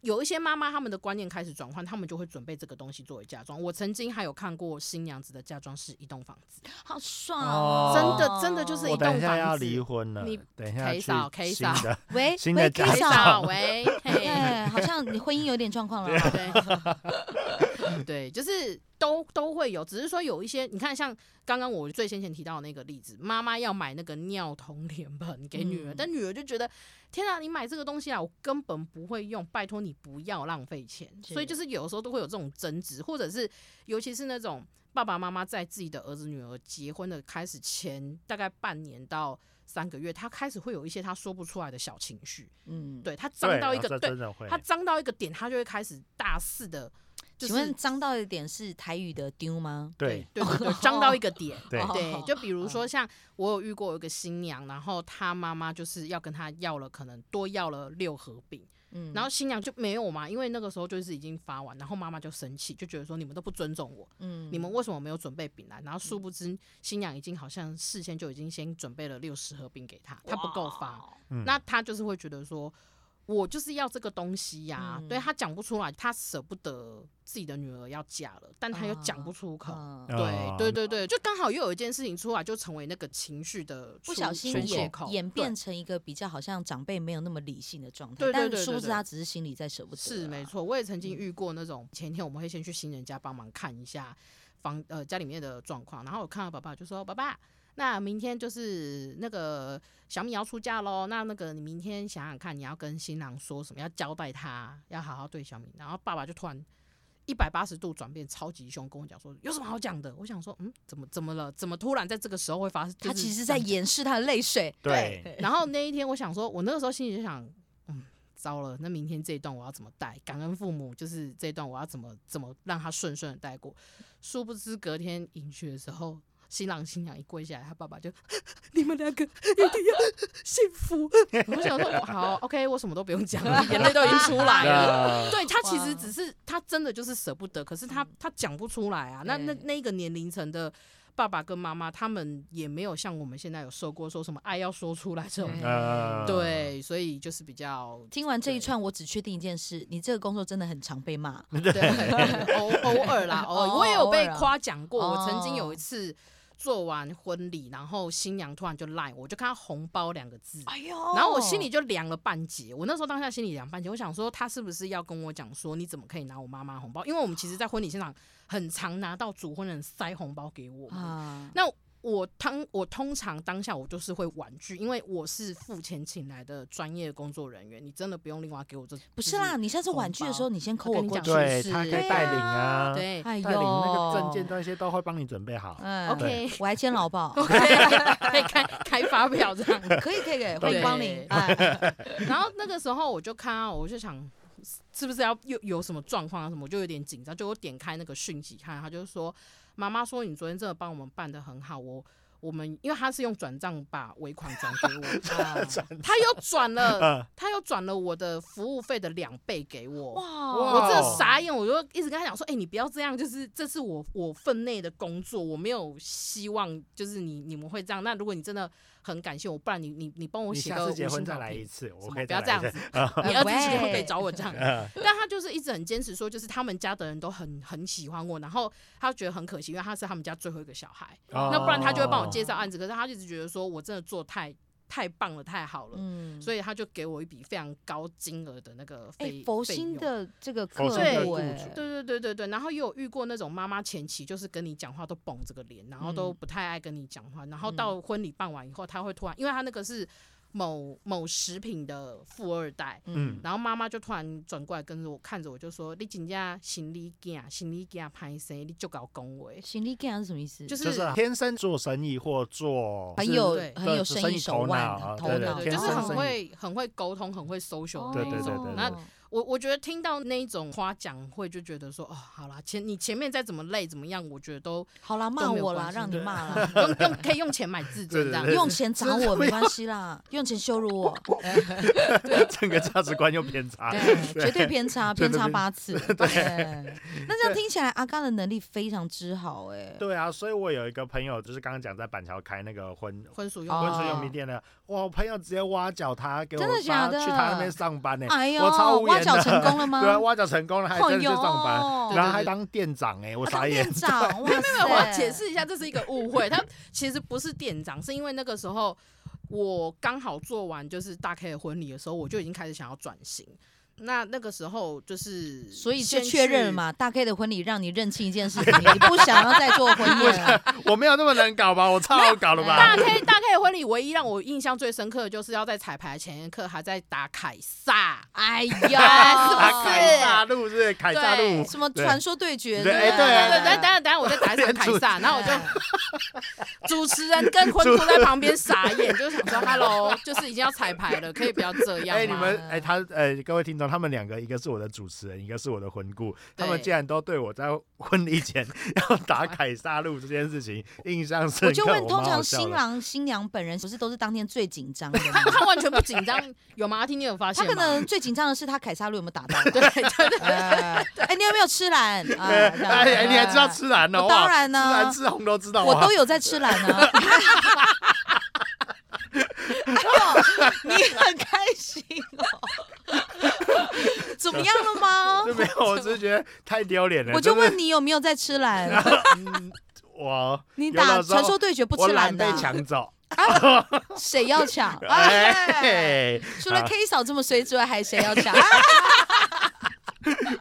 Speaker 3: 有一些妈妈，他们的观念开始转换，他们就会准备这个东西作为嫁妆。我曾经还有看过新娘子的嫁妆是一栋房子，
Speaker 1: 好爽、
Speaker 2: 哦
Speaker 3: 真的真的就是
Speaker 2: 我
Speaker 3: 一
Speaker 2: 等
Speaker 3: 栋
Speaker 2: 一下
Speaker 3: 房
Speaker 2: 要
Speaker 3: 子
Speaker 2: 离婚了，
Speaker 3: 你
Speaker 2: 等一下
Speaker 3: K
Speaker 2: 去
Speaker 3: 嫂，K
Speaker 2: 新
Speaker 3: 嫂
Speaker 2: [LAUGHS] 的，
Speaker 1: 喂
Speaker 2: 新
Speaker 1: 喂
Speaker 2: 的
Speaker 1: ，K
Speaker 2: 家长
Speaker 1: 嫂，
Speaker 3: 喂，
Speaker 1: 对、
Speaker 3: 嘿，
Speaker 1: 好像你婚姻有点状况了。
Speaker 3: 对对， [LAUGHS] 就是都都会有，只是说有一些，你看像刚刚我最先前提到的那个例子，妈妈要买那个尿桶脸盆给女儿，
Speaker 1: 嗯
Speaker 3: 但女儿就觉得天啊，你买这个东西啊，我根本不会用，拜托你不要浪费钱。
Speaker 1: 是
Speaker 3: 所以就是有时候都会有这种争执，或者是尤其是那种爸爸妈妈在自己的儿子女儿结婚的开始前，大概半年到。三个月，他开始会有一些他说不出来的小情绪，
Speaker 1: 嗯，
Speaker 3: 对他
Speaker 2: 对哦啊
Speaker 3: 脏到一个
Speaker 2: 这
Speaker 3: 对
Speaker 2: 真的会
Speaker 3: 他，脏到一个点，他就会开始大肆的，就是
Speaker 1: 请问脏到一点是台语的丢吗？
Speaker 2: 对
Speaker 3: 对
Speaker 1: [LAUGHS]
Speaker 3: 对对，脏到一个点。
Speaker 2: 对
Speaker 1: 哦
Speaker 3: 对，就比如说像我有遇过有一个新娘，然后她妈妈就是要跟她要了，可能多要了六盒饼，
Speaker 1: 嗯
Speaker 3: 然后新娘就没有嘛，因为那个时候就是已经发完，然后妈妈就生气，就觉得说你们都不尊重我，
Speaker 1: 嗯
Speaker 3: 你们为什么没有准备饼来？然后殊不知新娘已经好像事先就已经先准备了六十盒饼给她，她不够发，
Speaker 1: 哇
Speaker 2: 嗯
Speaker 3: 那他就是会觉得说，我就是要这个东西呀、
Speaker 1: 嗯
Speaker 3: 对他讲不出来，他舍不得自己的女儿要嫁了，但他又讲不出口。
Speaker 1: 嗯
Speaker 2: 嗯哦
Speaker 3: 对对对对，就刚好又有一件事情出来，就成为那个情绪的
Speaker 1: 不
Speaker 3: 出
Speaker 1: 小心
Speaker 3: 宣泄
Speaker 1: 演
Speaker 3: 口
Speaker 1: 演
Speaker 3: 对
Speaker 1: 变成一个比较好像长辈没有那么理性的状态，
Speaker 3: 对对
Speaker 1: 但
Speaker 3: 对对
Speaker 1: 殊不知
Speaker 3: 对
Speaker 1: 他只是心里在舍不得。嗯
Speaker 3: 是没。错，我也曾经遇过那种，前一天我们会先去新人家帮忙看一下房呃家里面的状况，然后我看到爸爸就说：“爸爸，那明天就是那个小米要出嫁喽，那那个你明天想想看，你要跟新郎说什么，要交代他，要好好对小米。”然后爸爸就突然。一百八十度转变，超级凶，跟我讲说有什么好讲的？我想说，嗯，怎么怎么了？怎么突然在这个时候会发生？
Speaker 1: 他
Speaker 3: 就是
Speaker 1: 其实在掩饰他的泪水。
Speaker 2: 对
Speaker 3: 然后那一天，我想说，我那个时候心里就想，嗯，糟了，那明天这一段我要怎么带？感恩父母，就是这一段我要怎么怎么让他顺顺的带过。殊不知隔天迎娶的时候，新郎新娘一跪下来，他爸爸就， [LAUGHS] 你们两个一定要幸福。我想说，好，OK，我什么都不用讲了，眼泪都已经出来了。
Speaker 2: 那
Speaker 3: 对他其
Speaker 1: 哇
Speaker 3: 实只是他真的就是舍不得，可是他
Speaker 1: 嗯
Speaker 3: 他讲不出来啊。那那
Speaker 1: 对
Speaker 3: 那个年龄层的爸爸跟妈妈，他们也没有像我们现在有受过说什么爱要说出来这种。
Speaker 1: 嗯
Speaker 2: 呃，
Speaker 3: 对，所以就是比
Speaker 1: [LAUGHS]
Speaker 3: 较
Speaker 1: 听完这一
Speaker 3: 对嗯
Speaker 1: 串，我只确定一件事：你这个工作真的很常被骂。
Speaker 3: 对，偶偶尔啦，偶尔
Speaker 1: 哦
Speaker 3: 我也有被
Speaker 1: 偶尔啊
Speaker 3: 夸奖过。
Speaker 1: 哦
Speaker 3: 我曾经有一次做完婚礼，然后新娘突然就赖我，就看到红包两个字。
Speaker 1: 哎呦，
Speaker 3: 然后我心里就凉了半截，我那时候当下心里凉半截，我想说他是不是要跟我讲说你怎么可以拿我妈妈红包？因为我们其实，在婚礼现场很常拿到主婚人塞红包给我们，
Speaker 1: 啊，
Speaker 3: 那我当我通常当下我就是会婉拒，因为我是付钱请来的专业工作人员，你真的不用另外给我这
Speaker 1: 不是啦，
Speaker 3: 就是
Speaker 1: 你下次婉拒的时候，你先扣我
Speaker 3: 我跟你
Speaker 1: 过
Speaker 3: 讲
Speaker 1: 去。
Speaker 2: 对
Speaker 3: 是
Speaker 2: 他可以
Speaker 1: 对
Speaker 2: 带
Speaker 1: 啊
Speaker 2: 领啊，
Speaker 3: 对
Speaker 1: 哎
Speaker 2: 带领那个证件
Speaker 1: 呦
Speaker 2: 那些都会帮你准备好。
Speaker 1: 嗯
Speaker 3: OK，
Speaker 1: 我还签劳保
Speaker 3: OK [LAUGHS] 可以开开发票这样。
Speaker 1: 可以可以可以，欢迎光临
Speaker 3: 对。 [LAUGHS]
Speaker 1: 哎，
Speaker 3: 然后那个时候我就看到，我就想是不是要有有什么状况啊什么，我就有点紧张，就我点开那个讯息看，他就说妈妈说你昨天真的帮我们办的很好，我。我们因为他是用转账把尾款转给我，
Speaker 1: 啊
Speaker 3: 他又转了，
Speaker 2: 嗯，
Speaker 3: 他又转了我的服务费的两倍给我。
Speaker 1: 哇，
Speaker 3: 我
Speaker 2: 哇
Speaker 3: 这傻眼，我就一直跟他讲说：“哎、你不要这样，就是这是我我分内的工作，我没有希望就是你你们会这样。那如果你真的很感谢我，不然你你你帮我
Speaker 2: 你
Speaker 3: 写
Speaker 2: 下
Speaker 3: 个
Speaker 2: 次
Speaker 3: 五
Speaker 2: 结
Speaker 3: 星
Speaker 2: 婚再
Speaker 3: 好
Speaker 2: 来一
Speaker 3: 评，
Speaker 2: 次，我
Speaker 3: 什么
Speaker 2: 可以
Speaker 3: 不
Speaker 2: 再
Speaker 3: 要这样
Speaker 2: 来一
Speaker 3: 子
Speaker 2: 次。， [LAUGHS]
Speaker 3: [LAUGHS] 你儿子结婚可以
Speaker 1: 喂
Speaker 3: 找我这样。
Speaker 2: 嗯
Speaker 3: 但他就是一直很坚持说，就是他们家的人都很很喜欢我，然后他觉得很可惜，因为他是他们家最后一个小孩，
Speaker 2: 哦
Speaker 3: 那不然他就会帮我介绍案子。可是他一直觉得说我真的做太太棒了，太好了，
Speaker 1: 嗯，
Speaker 3: 所以他就给我一笔非常高金额的那个
Speaker 1: 哎、
Speaker 3: 费、
Speaker 1: 佛
Speaker 3: 费
Speaker 1: 心
Speaker 3: 用。
Speaker 1: 的这个客
Speaker 2: 佛
Speaker 3: 心的
Speaker 1: 户、
Speaker 2: 雇
Speaker 1: 哎
Speaker 2: 主，
Speaker 3: 对对对对对，然后也有遇过那种妈妈前期就是跟你讲话都绷着个脸，然后都
Speaker 1: 嗯
Speaker 3: 不太爱跟你讲话，然后
Speaker 1: 嗯
Speaker 3: 到婚礼办完以后，他会突然，因为他那个是某某食品的富二代，
Speaker 2: 嗯
Speaker 3: 然后妈妈就突然转过来跟着我看着我，就说：“你真正行李囝，行李囝拍生，你就搞恭维。
Speaker 1: 行李 g 是什么意思？”
Speaker 3: 就是是
Speaker 2: 就是天生做生意或做
Speaker 1: 很
Speaker 2: 是
Speaker 1: 有
Speaker 3: 对
Speaker 1: 很有
Speaker 2: 对
Speaker 1: 生意手腕
Speaker 2: 生意头脑啊、
Speaker 1: 头
Speaker 2: 对
Speaker 1: 脑，
Speaker 2: 对，
Speaker 3: 就
Speaker 2: 天
Speaker 3: 是
Speaker 2: 生
Speaker 3: 很
Speaker 2: 生意
Speaker 3: 会很会沟通，很会 social 的
Speaker 2: 对
Speaker 3: 那
Speaker 2: 对
Speaker 3: 一
Speaker 2: 对
Speaker 3: 种。
Speaker 2: 对
Speaker 3: 那
Speaker 1: 哦
Speaker 3: 我我觉得听到那一种夸奖会，就觉得说哦，好啦，前你前面再怎么累怎么样，我觉得都
Speaker 1: 好啦，骂
Speaker 3: 没有
Speaker 1: 我啦，
Speaker 3: 关系
Speaker 1: 让你
Speaker 3: 对。
Speaker 1: 骂啦
Speaker 3: 用用可以用钱买自尊这样
Speaker 2: 对。
Speaker 1: 用钱砸我没关系啦，用钱羞辱我，
Speaker 2: [LAUGHS] 整个价值观又偏差。
Speaker 1: 对，绝对偏差，
Speaker 2: 对
Speaker 1: 偏
Speaker 2: 对
Speaker 1: 差
Speaker 2: 对
Speaker 1: 八次。对，那这样听起来，阿嘎的能力非常之好，哎，
Speaker 2: 对啊，所以我有一个朋友，就是刚刚讲在板桥开那个婚
Speaker 3: 婚俗
Speaker 1: 哦
Speaker 3: 用
Speaker 2: 温
Speaker 3: 品
Speaker 2: 水用品店的，哇，我朋友直接挖角他，给我
Speaker 1: 真的假
Speaker 2: 发
Speaker 1: 的
Speaker 2: 去他那边上班呢、
Speaker 1: 哎呦，
Speaker 2: 我超无
Speaker 1: 挖
Speaker 2: 言的
Speaker 1: 角成功了吗？
Speaker 2: 对啊，挖角成功了，还真的去上班，
Speaker 3: 哦
Speaker 1: 哎呦
Speaker 2: 然后还当店长哎、
Speaker 3: 啊
Speaker 2: 我
Speaker 1: 他当
Speaker 2: 傻眼
Speaker 1: 店。长，哇
Speaker 3: 没有，我要
Speaker 1: 塞！
Speaker 3: 解释一下，这是一个误会。他其实不是店长，是因为那个时候我刚好做完就是大 K 的婚礼的时候，我就已经开始想要转型。那那个时候就是，
Speaker 1: 所以就确认了？嘛，大 K 的婚礼让你认清一件事情，你不想要再做婚宴了。
Speaker 2: 我没有那么难搞吧？我超好搞了吧？
Speaker 3: 大 K 大 K 的婚礼唯一让我印象最深刻的就是要在彩排的前一刻还在打凯撒，
Speaker 1: 哎呀，
Speaker 3: 大
Speaker 2: 啊，凯
Speaker 1: 是
Speaker 2: 撒路是不是凯撒路
Speaker 3: 哦对
Speaker 1: 不是？什么传说对决？
Speaker 2: 对哎
Speaker 1: 不
Speaker 2: 对
Speaker 3: 对，等等等下我再打一场凯撒，然后我就主持人跟婚
Speaker 2: 主
Speaker 3: 顾在旁边傻眼，就想说 “hello”，就是已经要彩排了，可以不要这样吗？
Speaker 2: 哎、你们哎、他哎、各位听众，他们两个一个是我的主持人，一个是我的婚顾，他们
Speaker 3: 对
Speaker 2: 竟然都对我在婚礼前 [LAUGHS] 要打凯撒路这件事情印象深刻，
Speaker 1: 啊 [LAUGHS] 我就问，通
Speaker 2: 蛮好
Speaker 1: 常
Speaker 2: 笑
Speaker 1: 新
Speaker 2: 的
Speaker 1: 郎新娘本人不是都是当天最紧张
Speaker 2: [LAUGHS]
Speaker 1: 的吗？
Speaker 3: 他完全不紧张，有吗？阿听你有发
Speaker 1: 他
Speaker 3: 现
Speaker 1: 可
Speaker 3: 吗？
Speaker 1: 能最紧张的是他凯撒路有没有打
Speaker 2: [LAUGHS]
Speaker 1: 到？
Speaker 3: 对对对，
Speaker 1: 哎，哎你有没有吃蓝？啊
Speaker 2: 哎
Speaker 1: 这样
Speaker 2: 哎哎，你还知道吃蓝呢？
Speaker 1: 我
Speaker 2: 哇
Speaker 1: 当然呢
Speaker 2: 吃蓝吃红都知道。
Speaker 1: 我
Speaker 2: 哇
Speaker 1: 都有在吃蓝
Speaker 2: [LAUGHS]
Speaker 1: 啊。哎呦，你很开心哦？怎么样了
Speaker 2: [LAUGHS]
Speaker 1: 吗？
Speaker 2: 就没有，我只是觉得太丢脸了。
Speaker 1: 我就
Speaker 2: 真的
Speaker 1: 问你有没有在吃
Speaker 2: [LAUGHS]
Speaker 1: 蓝？
Speaker 2: 我
Speaker 1: 你
Speaker 2: 有
Speaker 1: 打
Speaker 2: 的时候
Speaker 1: 传说对决 [LAUGHS] 不
Speaker 2: 我
Speaker 1: 吃蓝
Speaker 2: 蓝
Speaker 1: 的
Speaker 2: 被
Speaker 1: 啊，
Speaker 2: 抢走，
Speaker 1: 谁要抢？ [LAUGHS] 哎，
Speaker 2: 哎，
Speaker 1: 除了
Speaker 2: 好
Speaker 1: K 嫂这么衰之外，还谁要
Speaker 2: [LAUGHS]
Speaker 1: 抢？哎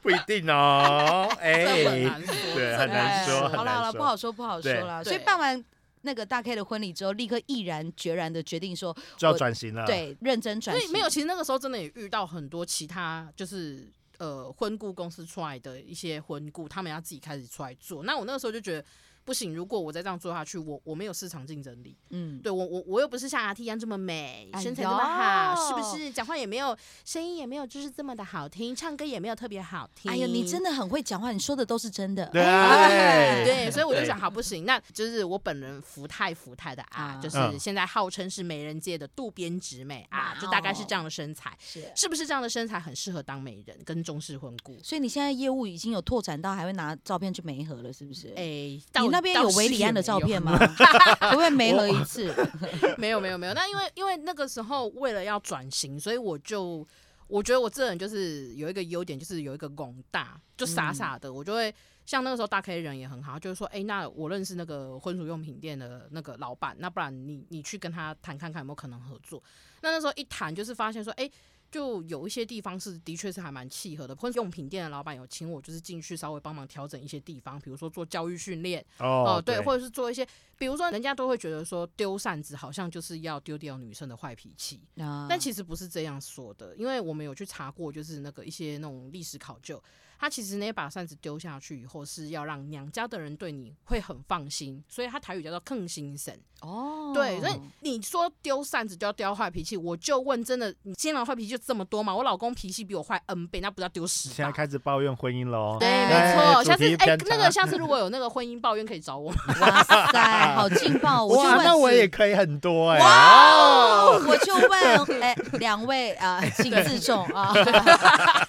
Speaker 2: 不一定哦，
Speaker 3: 这很
Speaker 2: 哎，
Speaker 3: 难说。
Speaker 2: 对很难说
Speaker 1: 哎
Speaker 2: 很
Speaker 1: 好了
Speaker 2: 难
Speaker 1: 好了，
Speaker 2: 说
Speaker 1: 不好说不好说
Speaker 2: 对
Speaker 1: 了。
Speaker 3: 对
Speaker 1: 所以办完那个大 K 的婚礼之后，立刻毅然决然的决定说，
Speaker 2: 就要转型了。，
Speaker 1: 对，认真转
Speaker 3: 所
Speaker 1: 型。
Speaker 3: 以没有，其实那个时候真的也遇到很多其他就是。呃，婚顾公司出来的一些婚顾，他们要自己开始出来做。那我那个时候就觉得不行，如果我再这样做下去，我我没有市场竞争力。
Speaker 1: 嗯，
Speaker 3: 对我我我又不是像阿 T 一样这么美，
Speaker 1: 哎
Speaker 3: 身材这么好，
Speaker 1: 呦
Speaker 3: 是不是？讲话也没有，声音也没有，就是这么的好听，唱歌也没有特别好听。
Speaker 1: 哎呀，你真
Speaker 3: 的
Speaker 1: 的很会讲话，你说的都是真的。
Speaker 2: 对
Speaker 1: 哎
Speaker 3: 对，所以我就
Speaker 2: 对
Speaker 3: 想，好不行，那就是我本人福太福太的啊
Speaker 1: 啊，
Speaker 3: 就是现在号称是媒人界的渡边直美啊
Speaker 1: 哇，哦
Speaker 3: 就大概是这样的身材，
Speaker 1: 是。
Speaker 3: 是不是这样的身材很适合当媒人跟中式婚顾？
Speaker 1: 所以你现在业务已经有拓展到，还会拿照片去媒合了，是不是？
Speaker 3: 哎，
Speaker 1: 你那边有维里安的照片
Speaker 3: [LAUGHS] 吗？
Speaker 1: 吗？ [LAUGHS] 可不可以媒合一次？
Speaker 3: [LAUGHS] 没有没有没有，那因为因为那个时候为了要转型，所以我就我觉得我这人就是有一个优点，就是有一个广大，就傻傻的，我就会像那个时候大 K 人也很好，就是说，哎、那我认识那个婚俗用品店的那个老板，那不然你你去跟他谈看看有没有可能合作。那那时候一谈就是发现说，哎、就有一些地方是的确是还蛮契合的，婚俗用品店的老板有请我，就是进去稍微帮忙调整一些地方，比如说做教育训练，哦、
Speaker 2: 哦，
Speaker 3: 对，或者是做一些，比如说人家都会觉得说丢扇子好像就是要丢掉女生的坏脾气，
Speaker 1: 啊
Speaker 2: 嗯
Speaker 3: 但其实不是这样说的，因为我们有去查过，就是那个一些那种历史考究，他其实那把扇子丢下去以后，是要让娘家的人对你会很放心，所以他台语叫做“坑心神”。
Speaker 1: 哦，
Speaker 3: 对，所以你说丢扇子就要丢坏脾气，我就问，真的，你现在坏脾气就这么多吗？我老公脾气比我坏 n 倍，那不要丢十
Speaker 2: 现在
Speaker 3: 吧？
Speaker 2: 开始抱怨婚姻哦喽。
Speaker 3: 对，
Speaker 1: 哎
Speaker 3: 没错，
Speaker 2: 主
Speaker 3: 下次
Speaker 2: 题
Speaker 3: 哎、
Speaker 2: 偏
Speaker 3: 那
Speaker 2: 差
Speaker 3: 个下次如果有那个婚姻抱怨，可以找我。
Speaker 1: 哇塞，好劲爆！哦
Speaker 2: [LAUGHS]
Speaker 1: 我就
Speaker 2: 哇，
Speaker 1: 问，
Speaker 2: 那我也可以很多哎、
Speaker 1: 哇 [LAUGHS] 哦，我就问，哎，两位啊，请自重
Speaker 2: [LAUGHS]
Speaker 1: 啊，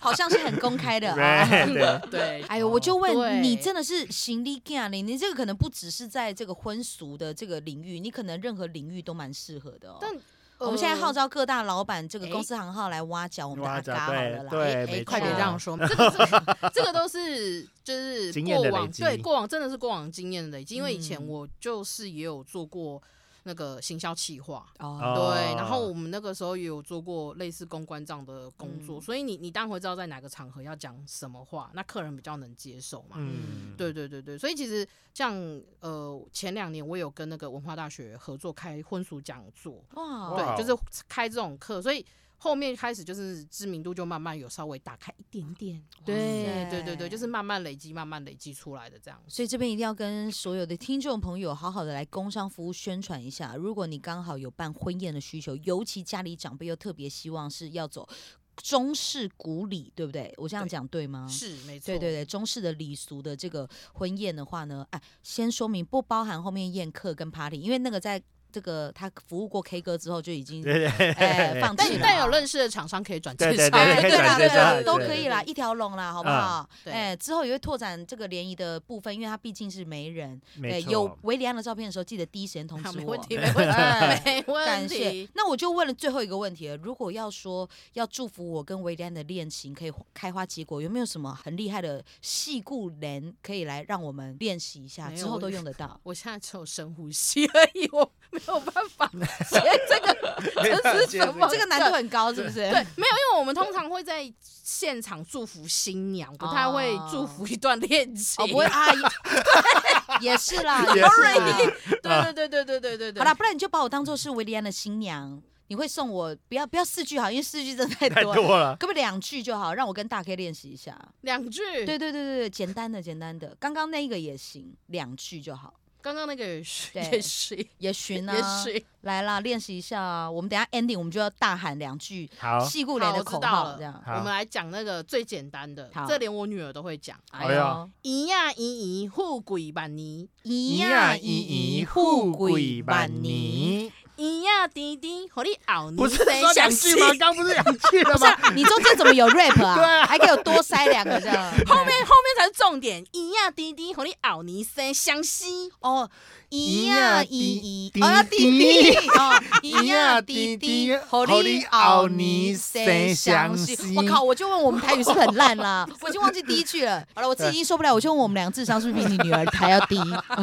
Speaker 1: 好像是很公开的啊。
Speaker 2: 对 [LAUGHS] 对，
Speaker 3: [LAUGHS] 对，
Speaker 1: 哎呦，我就问
Speaker 3: 对
Speaker 1: 你，真的是行李干你？你这个可能不只是在这个婚俗的这个领域，你可能任何领域都蛮适合的哦。
Speaker 3: 但呃
Speaker 1: 我们现
Speaker 2: 哦
Speaker 1: 在号
Speaker 3: 召。
Speaker 1: 召各大老板、这个
Speaker 3: 哎
Speaker 1: 公司行号来挖角我们的阿
Speaker 2: 挖角
Speaker 1: 嘎好了
Speaker 2: 对
Speaker 1: 啦。
Speaker 2: 对
Speaker 3: 哎
Speaker 2: 没
Speaker 3: 哎，快别
Speaker 1: 错
Speaker 3: 让我说，这个这
Speaker 2: [LAUGHS]
Speaker 3: 个这个都是就是
Speaker 2: 经验
Speaker 3: 过
Speaker 2: 的累
Speaker 3: 往
Speaker 2: 积
Speaker 3: 对过往真的是过往经验的累积，因为以前
Speaker 1: 嗯
Speaker 3: 我就是也有做过那个行销企划，
Speaker 1: 哦，
Speaker 3: 对，然后
Speaker 2: 哦
Speaker 3: 我们那个时候也有做过类似公关这样的工作，
Speaker 1: 嗯
Speaker 3: 所以你你当然会知道在哪个场合要讲什么话，那客人比较能接受嘛。
Speaker 2: 嗯，
Speaker 3: 对对对对，所以其实像呃前两年我有跟那个文化大学合作开婚俗讲座，
Speaker 1: 哇，
Speaker 2: 哇
Speaker 3: 对，就
Speaker 2: 哦
Speaker 3: 是开这种课，所以后面开始就是知名度就慢慢有稍微打开一点点。对
Speaker 1: 塞
Speaker 3: 对对对，就是慢慢累积，慢慢累积出来的这样子。
Speaker 1: 所以这边一定要跟所有的听众朋友好好的来工商服务宣传一下。如果你刚好有办婚宴的需求，尤其家里长辈又特别希望是要走中式古礼，对不对？我这样
Speaker 3: 对
Speaker 1: 讲对吗？
Speaker 3: 是没错，
Speaker 1: 对对对，中式的礼俗的这个婚宴的话呢，哎，先说明不包含后面宴客跟 party，因为那个在这个他服务过 K 歌之后就已经 [LAUGHS]
Speaker 2: [LAUGHS] 对对对
Speaker 1: 哎放
Speaker 3: 但
Speaker 1: 弃了啊。
Speaker 3: 但有认识的厂商可以转介
Speaker 2: 对
Speaker 3: 绍，
Speaker 2: 对
Speaker 1: 哎，
Speaker 2: 可以
Speaker 1: 对啦，
Speaker 2: 转
Speaker 1: 对
Speaker 2: 介绍
Speaker 1: 啦，
Speaker 2: 对
Speaker 1: 都
Speaker 2: 对啊
Speaker 1: 可以啦，一条龙啦，好不好？
Speaker 3: 嗯
Speaker 1: 哎，之后也会拓展这个联谊的部分，因为它毕竟是媒人。
Speaker 2: 没
Speaker 1: 对，
Speaker 2: 错， [LAUGHS]
Speaker 1: 有维里安的照片的时候，记得第一时间通
Speaker 3: 好
Speaker 1: 知
Speaker 3: 没
Speaker 1: 我
Speaker 3: 问。题，没问
Speaker 1: 哎
Speaker 3: 题，没问
Speaker 1: 感谢
Speaker 3: 题。。
Speaker 1: 那我就问了最后一个问题了：如果要说要祝福我跟维里安的恋情可以开花结果，有没有什么很厉害的戏故人可以来让我们练习一下？
Speaker 3: 没有
Speaker 1: 之后
Speaker 3: 我。
Speaker 1: 都用得到
Speaker 3: 我现在只有深呼吸而已，我没有办
Speaker 1: [LAUGHS]
Speaker 3: 法接这个， [LAUGHS] 这是什么？
Speaker 1: 这个难度很高，是不是？
Speaker 3: 对，没有，因为我们通常会在现场祝福新娘，不太会祝福一段恋情。
Speaker 1: 哦哦，不会啊，也也是啦，
Speaker 2: 也
Speaker 1: 也
Speaker 2: 是
Speaker 1: 是啦
Speaker 3: [LAUGHS] 对
Speaker 2: 啦。
Speaker 3: 对对对对对对对。
Speaker 1: 好啦，不然你就把我当做是维利安的新娘，你会送我不要不要四句好，因为四句真的太
Speaker 2: 太
Speaker 1: 多了，
Speaker 2: 多了，
Speaker 1: 可不可以两句就好，让我跟大 K 练习一下。
Speaker 3: 两句。
Speaker 1: 对对对对对，简单的简单的，刚刚那一个也行，两句就好。
Speaker 3: 刚刚那个也是
Speaker 1: 对
Speaker 3: 也是也
Speaker 1: 也行啊，
Speaker 3: 是。
Speaker 1: 来啦，练习一下啊。我们等一下 ending 我们就要大喊两句
Speaker 2: 好，
Speaker 1: 戏骨雷
Speaker 3: 好
Speaker 1: 的
Speaker 3: 我知
Speaker 1: 口
Speaker 3: 道
Speaker 1: 号，
Speaker 3: 了
Speaker 1: 这样。
Speaker 2: 好
Speaker 3: 我们来讲那个最简单的
Speaker 1: 好，
Speaker 3: 这连我女儿都会讲。
Speaker 2: 哎呀，
Speaker 3: 一呀一一，富贵万年；
Speaker 1: 一
Speaker 2: 呀
Speaker 1: 呀一
Speaker 2: 一
Speaker 1: 一，
Speaker 2: 一
Speaker 1: 富
Speaker 2: 富
Speaker 1: 贵
Speaker 2: 贵
Speaker 1: 万年。
Speaker 2: 万年，
Speaker 3: 一呀滴滴，和你熬你
Speaker 2: 不是说两句吗？刚不是两句了
Speaker 1: 不是
Speaker 2: 吗？
Speaker 1: [LAUGHS]
Speaker 2: [LAUGHS]
Speaker 1: 啊，你中间怎么有
Speaker 3: [LAUGHS]
Speaker 1: rap 啊？
Speaker 2: 对啊
Speaker 1: 还给我多塞两个这样。
Speaker 3: 后面 [LAUGHS] 后面才是重点，一呀滴滴，和你熬你生相惜。
Speaker 1: 哦，一呀一一，
Speaker 2: 一
Speaker 1: [LAUGHS] 哦要
Speaker 2: 呀
Speaker 1: 滴
Speaker 2: 滴
Speaker 1: 滴
Speaker 2: 滴，
Speaker 1: 哦一
Speaker 2: 一
Speaker 1: 呀
Speaker 2: 呀
Speaker 1: 滴
Speaker 2: 滴
Speaker 1: 滴
Speaker 2: 滴，
Speaker 1: 好
Speaker 2: 予
Speaker 1: 你
Speaker 2: 你
Speaker 1: 奥
Speaker 2: 后
Speaker 1: 尼
Speaker 2: 呢
Speaker 1: 谁
Speaker 2: 生
Speaker 1: 相
Speaker 2: 相
Speaker 1: 惜
Speaker 2: 惜？
Speaker 1: 我靠，我就问我们台语是不是很烂
Speaker 2: [LAUGHS]
Speaker 1: 啦？我已经忘记第一句了。好了，我自己已经受不了，我就问我们俩智商是不是比你女儿还要低？ [LAUGHS]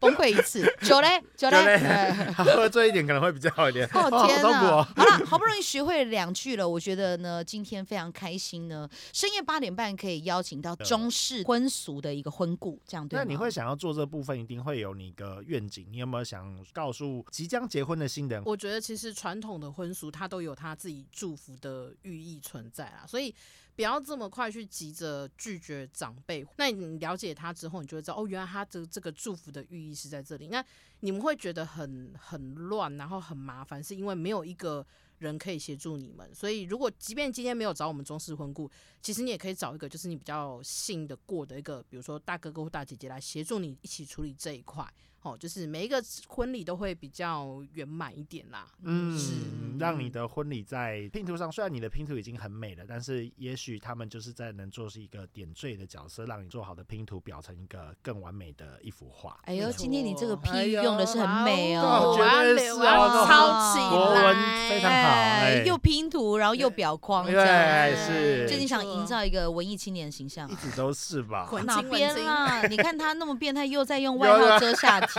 Speaker 1: 崩溃一次，九嘞九嘞
Speaker 2: 对不。
Speaker 1: 哎
Speaker 2: [LAUGHS] 对？好喝醉一点可能会比较好一点。
Speaker 1: 哦天
Speaker 2: 好痛苦
Speaker 1: 呐！
Speaker 2: 哦
Speaker 1: 好了，好不容易学会了两句了，我觉得呢，今天非常开心呢。深夜八点半可以邀请到中式婚俗的一个婚故，这样对吗？
Speaker 2: 那你会想要做这部分，一定会有你的愿景。你有没有想告诉即将结婚的新人？
Speaker 3: 我觉得其实传统的婚俗它都有它自己祝福的寓意存在啦，所以不要这么快去急着拒绝长辈。那你了解他之后，你就会知道哦，原来他的这个祝福的寓意是在这里。那你们会觉得很很乱，然后很麻烦，是因为没有一个。人可以协助你们，所以如果即便今天没有找我们中式婚顾，其实你也可以找一个就是你比较信得过的一个，比如说大哥哥或大姐姐来协助你一起处理这一块。哦，就是每一个婚礼都会比较圆满一点啦。
Speaker 2: 嗯，让你的婚礼在拼图上，虽然你的拼图已经很美了，但是也许他们就是在能做是一个点缀的角色，让你做好的拼图表成一个更完美的一幅画。
Speaker 1: 哎呦，
Speaker 3: 没
Speaker 1: 今天你这个
Speaker 3: 错
Speaker 1: 譬喻用的是很美
Speaker 2: 哎呦
Speaker 1: 哦
Speaker 2: 我。觉得是啊
Speaker 1: 那种
Speaker 3: 超起
Speaker 1: 国
Speaker 2: 文
Speaker 3: 来
Speaker 2: 非常好哎
Speaker 1: 又拼图，然后又表框，这样
Speaker 2: 对，是，
Speaker 1: 最近想营造一个文艺青年形象
Speaker 2: 一
Speaker 1: 啊。
Speaker 2: 直都是吧。
Speaker 3: 滚
Speaker 1: 哪
Speaker 3: 文青
Speaker 1: 边
Speaker 3: 文青
Speaker 1: 啦？你看他那么变态，又在用
Speaker 2: [LAUGHS]
Speaker 1: 外
Speaker 2: 有有
Speaker 1: 套遮下体。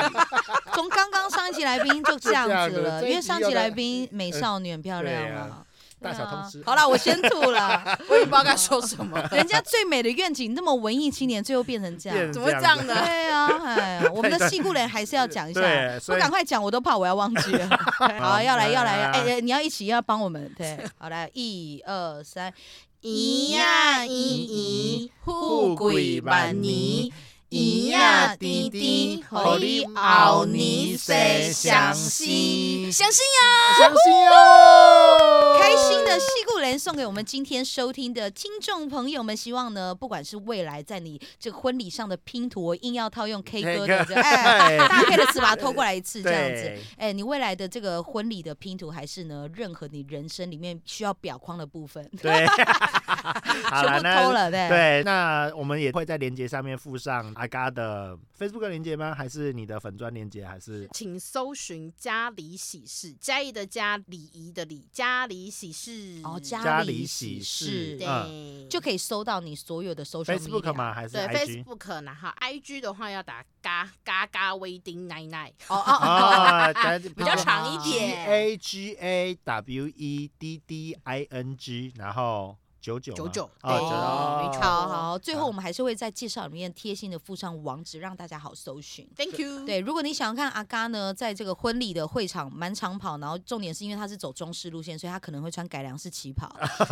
Speaker 1: 从刚刚上一期来宾就这样子
Speaker 2: 就这样
Speaker 1: 了，
Speaker 2: [LAUGHS] 了
Speaker 1: 因为上期来宾
Speaker 2: 这一集又在
Speaker 1: 美少女很漂亮
Speaker 2: 啊对
Speaker 1: 啊
Speaker 2: 啊，
Speaker 1: 对啊
Speaker 2: 大小通吃
Speaker 1: 好啦，我先吐了。
Speaker 3: 我也不知道该说什么，
Speaker 1: [LAUGHS]
Speaker 2: [LAUGHS]
Speaker 1: 人家最美的愿景，那么文艺青年，最后变成这样
Speaker 2: 变。
Speaker 3: 怎么会这样
Speaker 2: [LAUGHS]
Speaker 3: 呢？
Speaker 1: 对啊，哎，我们的戏故人还是要讲一下，
Speaker 2: 对
Speaker 1: 不
Speaker 2: 所以
Speaker 1: 赶快讲，我都怕我要忘记了。好，要来要来，
Speaker 2: 来
Speaker 1: 要
Speaker 2: 来
Speaker 1: 哎，哎你要一起要帮我们，对，好来，一二三，
Speaker 4: 咿呀咿咿，富贵万年。
Speaker 1: 咿
Speaker 4: 咿
Speaker 1: 呀
Speaker 4: 呀
Speaker 1: 滴
Speaker 4: 滴
Speaker 1: 滴
Speaker 4: 滴，
Speaker 1: 互
Speaker 4: 互
Speaker 1: 你
Speaker 4: 你
Speaker 1: 后
Speaker 4: 后
Speaker 1: 年
Speaker 4: 年
Speaker 1: 世
Speaker 4: 世
Speaker 1: 相
Speaker 4: 相
Speaker 1: 思
Speaker 4: 思，
Speaker 1: 相信
Speaker 3: 啊
Speaker 2: 相信哦，
Speaker 1: [LAUGHS] 开心的西固人送给我们今天收听的听众朋友们，希望呢，不管是未来在你这个婚礼上的拼图，我硬要套用 K 歌的这个，哎，大 K 的词把它偷过来一次，这样子。
Speaker 2: 对，
Speaker 1: 哎，你未来的这个婚礼的拼图，还是呢，任何你人生里面需要表框的部分， [LAUGHS]
Speaker 2: 对，好
Speaker 1: 全
Speaker 2: 了，
Speaker 1: 部偷
Speaker 2: 那
Speaker 1: 了，对。
Speaker 2: 对，那我们也会在链接上面附上阿嘎的 Facebook 连接吗？还是你的粉砖连接？还是
Speaker 3: 请搜寻“家里喜事”，嘉义的家，礼仪的礼，家里喜事。
Speaker 1: 哦家
Speaker 2: 家
Speaker 1: 里
Speaker 2: 里
Speaker 1: 喜
Speaker 2: 喜
Speaker 1: 事
Speaker 2: 事？
Speaker 3: 对、
Speaker 2: 嗯
Speaker 1: 就可以收到你所有的 social
Speaker 2: ，Facebook
Speaker 1: media
Speaker 2: 吗？还是
Speaker 3: 对
Speaker 2: IG？
Speaker 3: Facebook，然后 IG 的话要打嘎嘎嘎威丁奶奶，
Speaker 1: 哦哦哦，
Speaker 2: 啊，比
Speaker 1: [LAUGHS]
Speaker 3: 比较长一
Speaker 2: G
Speaker 3: 点。
Speaker 2: A G A W E D D I N G，然后九九
Speaker 3: 九九
Speaker 2: 哦，
Speaker 3: 对
Speaker 2: 九
Speaker 3: 没错
Speaker 1: 好好，最后我们还是会在介绍里面贴心的附上网址，让大家好搜寻。
Speaker 3: Thank you。
Speaker 1: 对，如果你想要看阿嘎呢，在这个婚礼的会场满场跑，然后重点是因为他是走中式路线，所以他可能会穿改良式旗袍，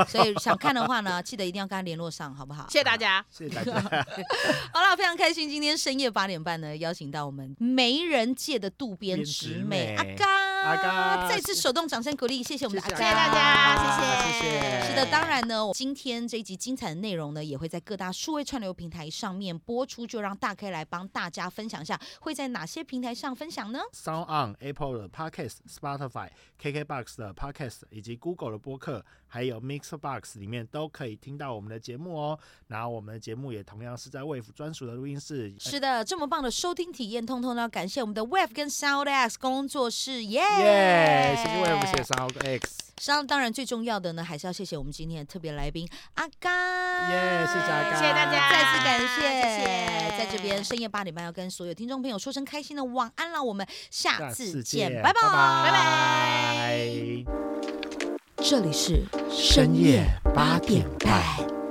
Speaker 1: 所以想看的话呢，记得一定要跟他联络上，好不好？
Speaker 3: 谢谢大家，
Speaker 2: 谢谢
Speaker 1: [LAUGHS]
Speaker 2: 大家，
Speaker 1: 好啦，非常开心，今天深夜八点半呢，邀请到我们媒人界的渡边直美
Speaker 2: 边直美
Speaker 1: 阿嘎，
Speaker 2: 阿嘎
Speaker 1: 再次手动掌声鼓励，谢谢我们的阿
Speaker 3: 谢
Speaker 1: 嘎，
Speaker 3: 谢大家，谢
Speaker 2: 谢谢
Speaker 1: 是的，当然呢，今天这一集精彩的内容呢，也会在各大数位串流平台上面播出，就让大 K 来帮大家分享一下，会在哪些平台上分享呢？
Speaker 2: Sound On、Apple 的 Podcast、Spotify、KKBox 的 Podcast 以及 Google 的播客，还有 Mixbox 里面都可以听到我们的节目哦。然后我们的节目也同样是在 Wave 专属的录音室。
Speaker 1: 是的，这么棒的收听体验，通通都要感谢我们的 Web 跟 Sound X 工作室，耶、
Speaker 2: 耶，谢谢 Wave，谢谢 Sound X，
Speaker 1: 上当然最重要的呢，还是要谢谢我们今天的特别来宾阿嘎，
Speaker 2: 耶谢谢阿嘎
Speaker 3: 谢谢大家
Speaker 1: 再次感谢，
Speaker 3: 谢谢
Speaker 1: 在这边深夜八点半要跟所有听众朋友说声开心的晚安啦，我们下次见，拜拜，
Speaker 2: 拜
Speaker 3: 拜
Speaker 2: 拜。
Speaker 1: 这里是
Speaker 2: 深夜八点半。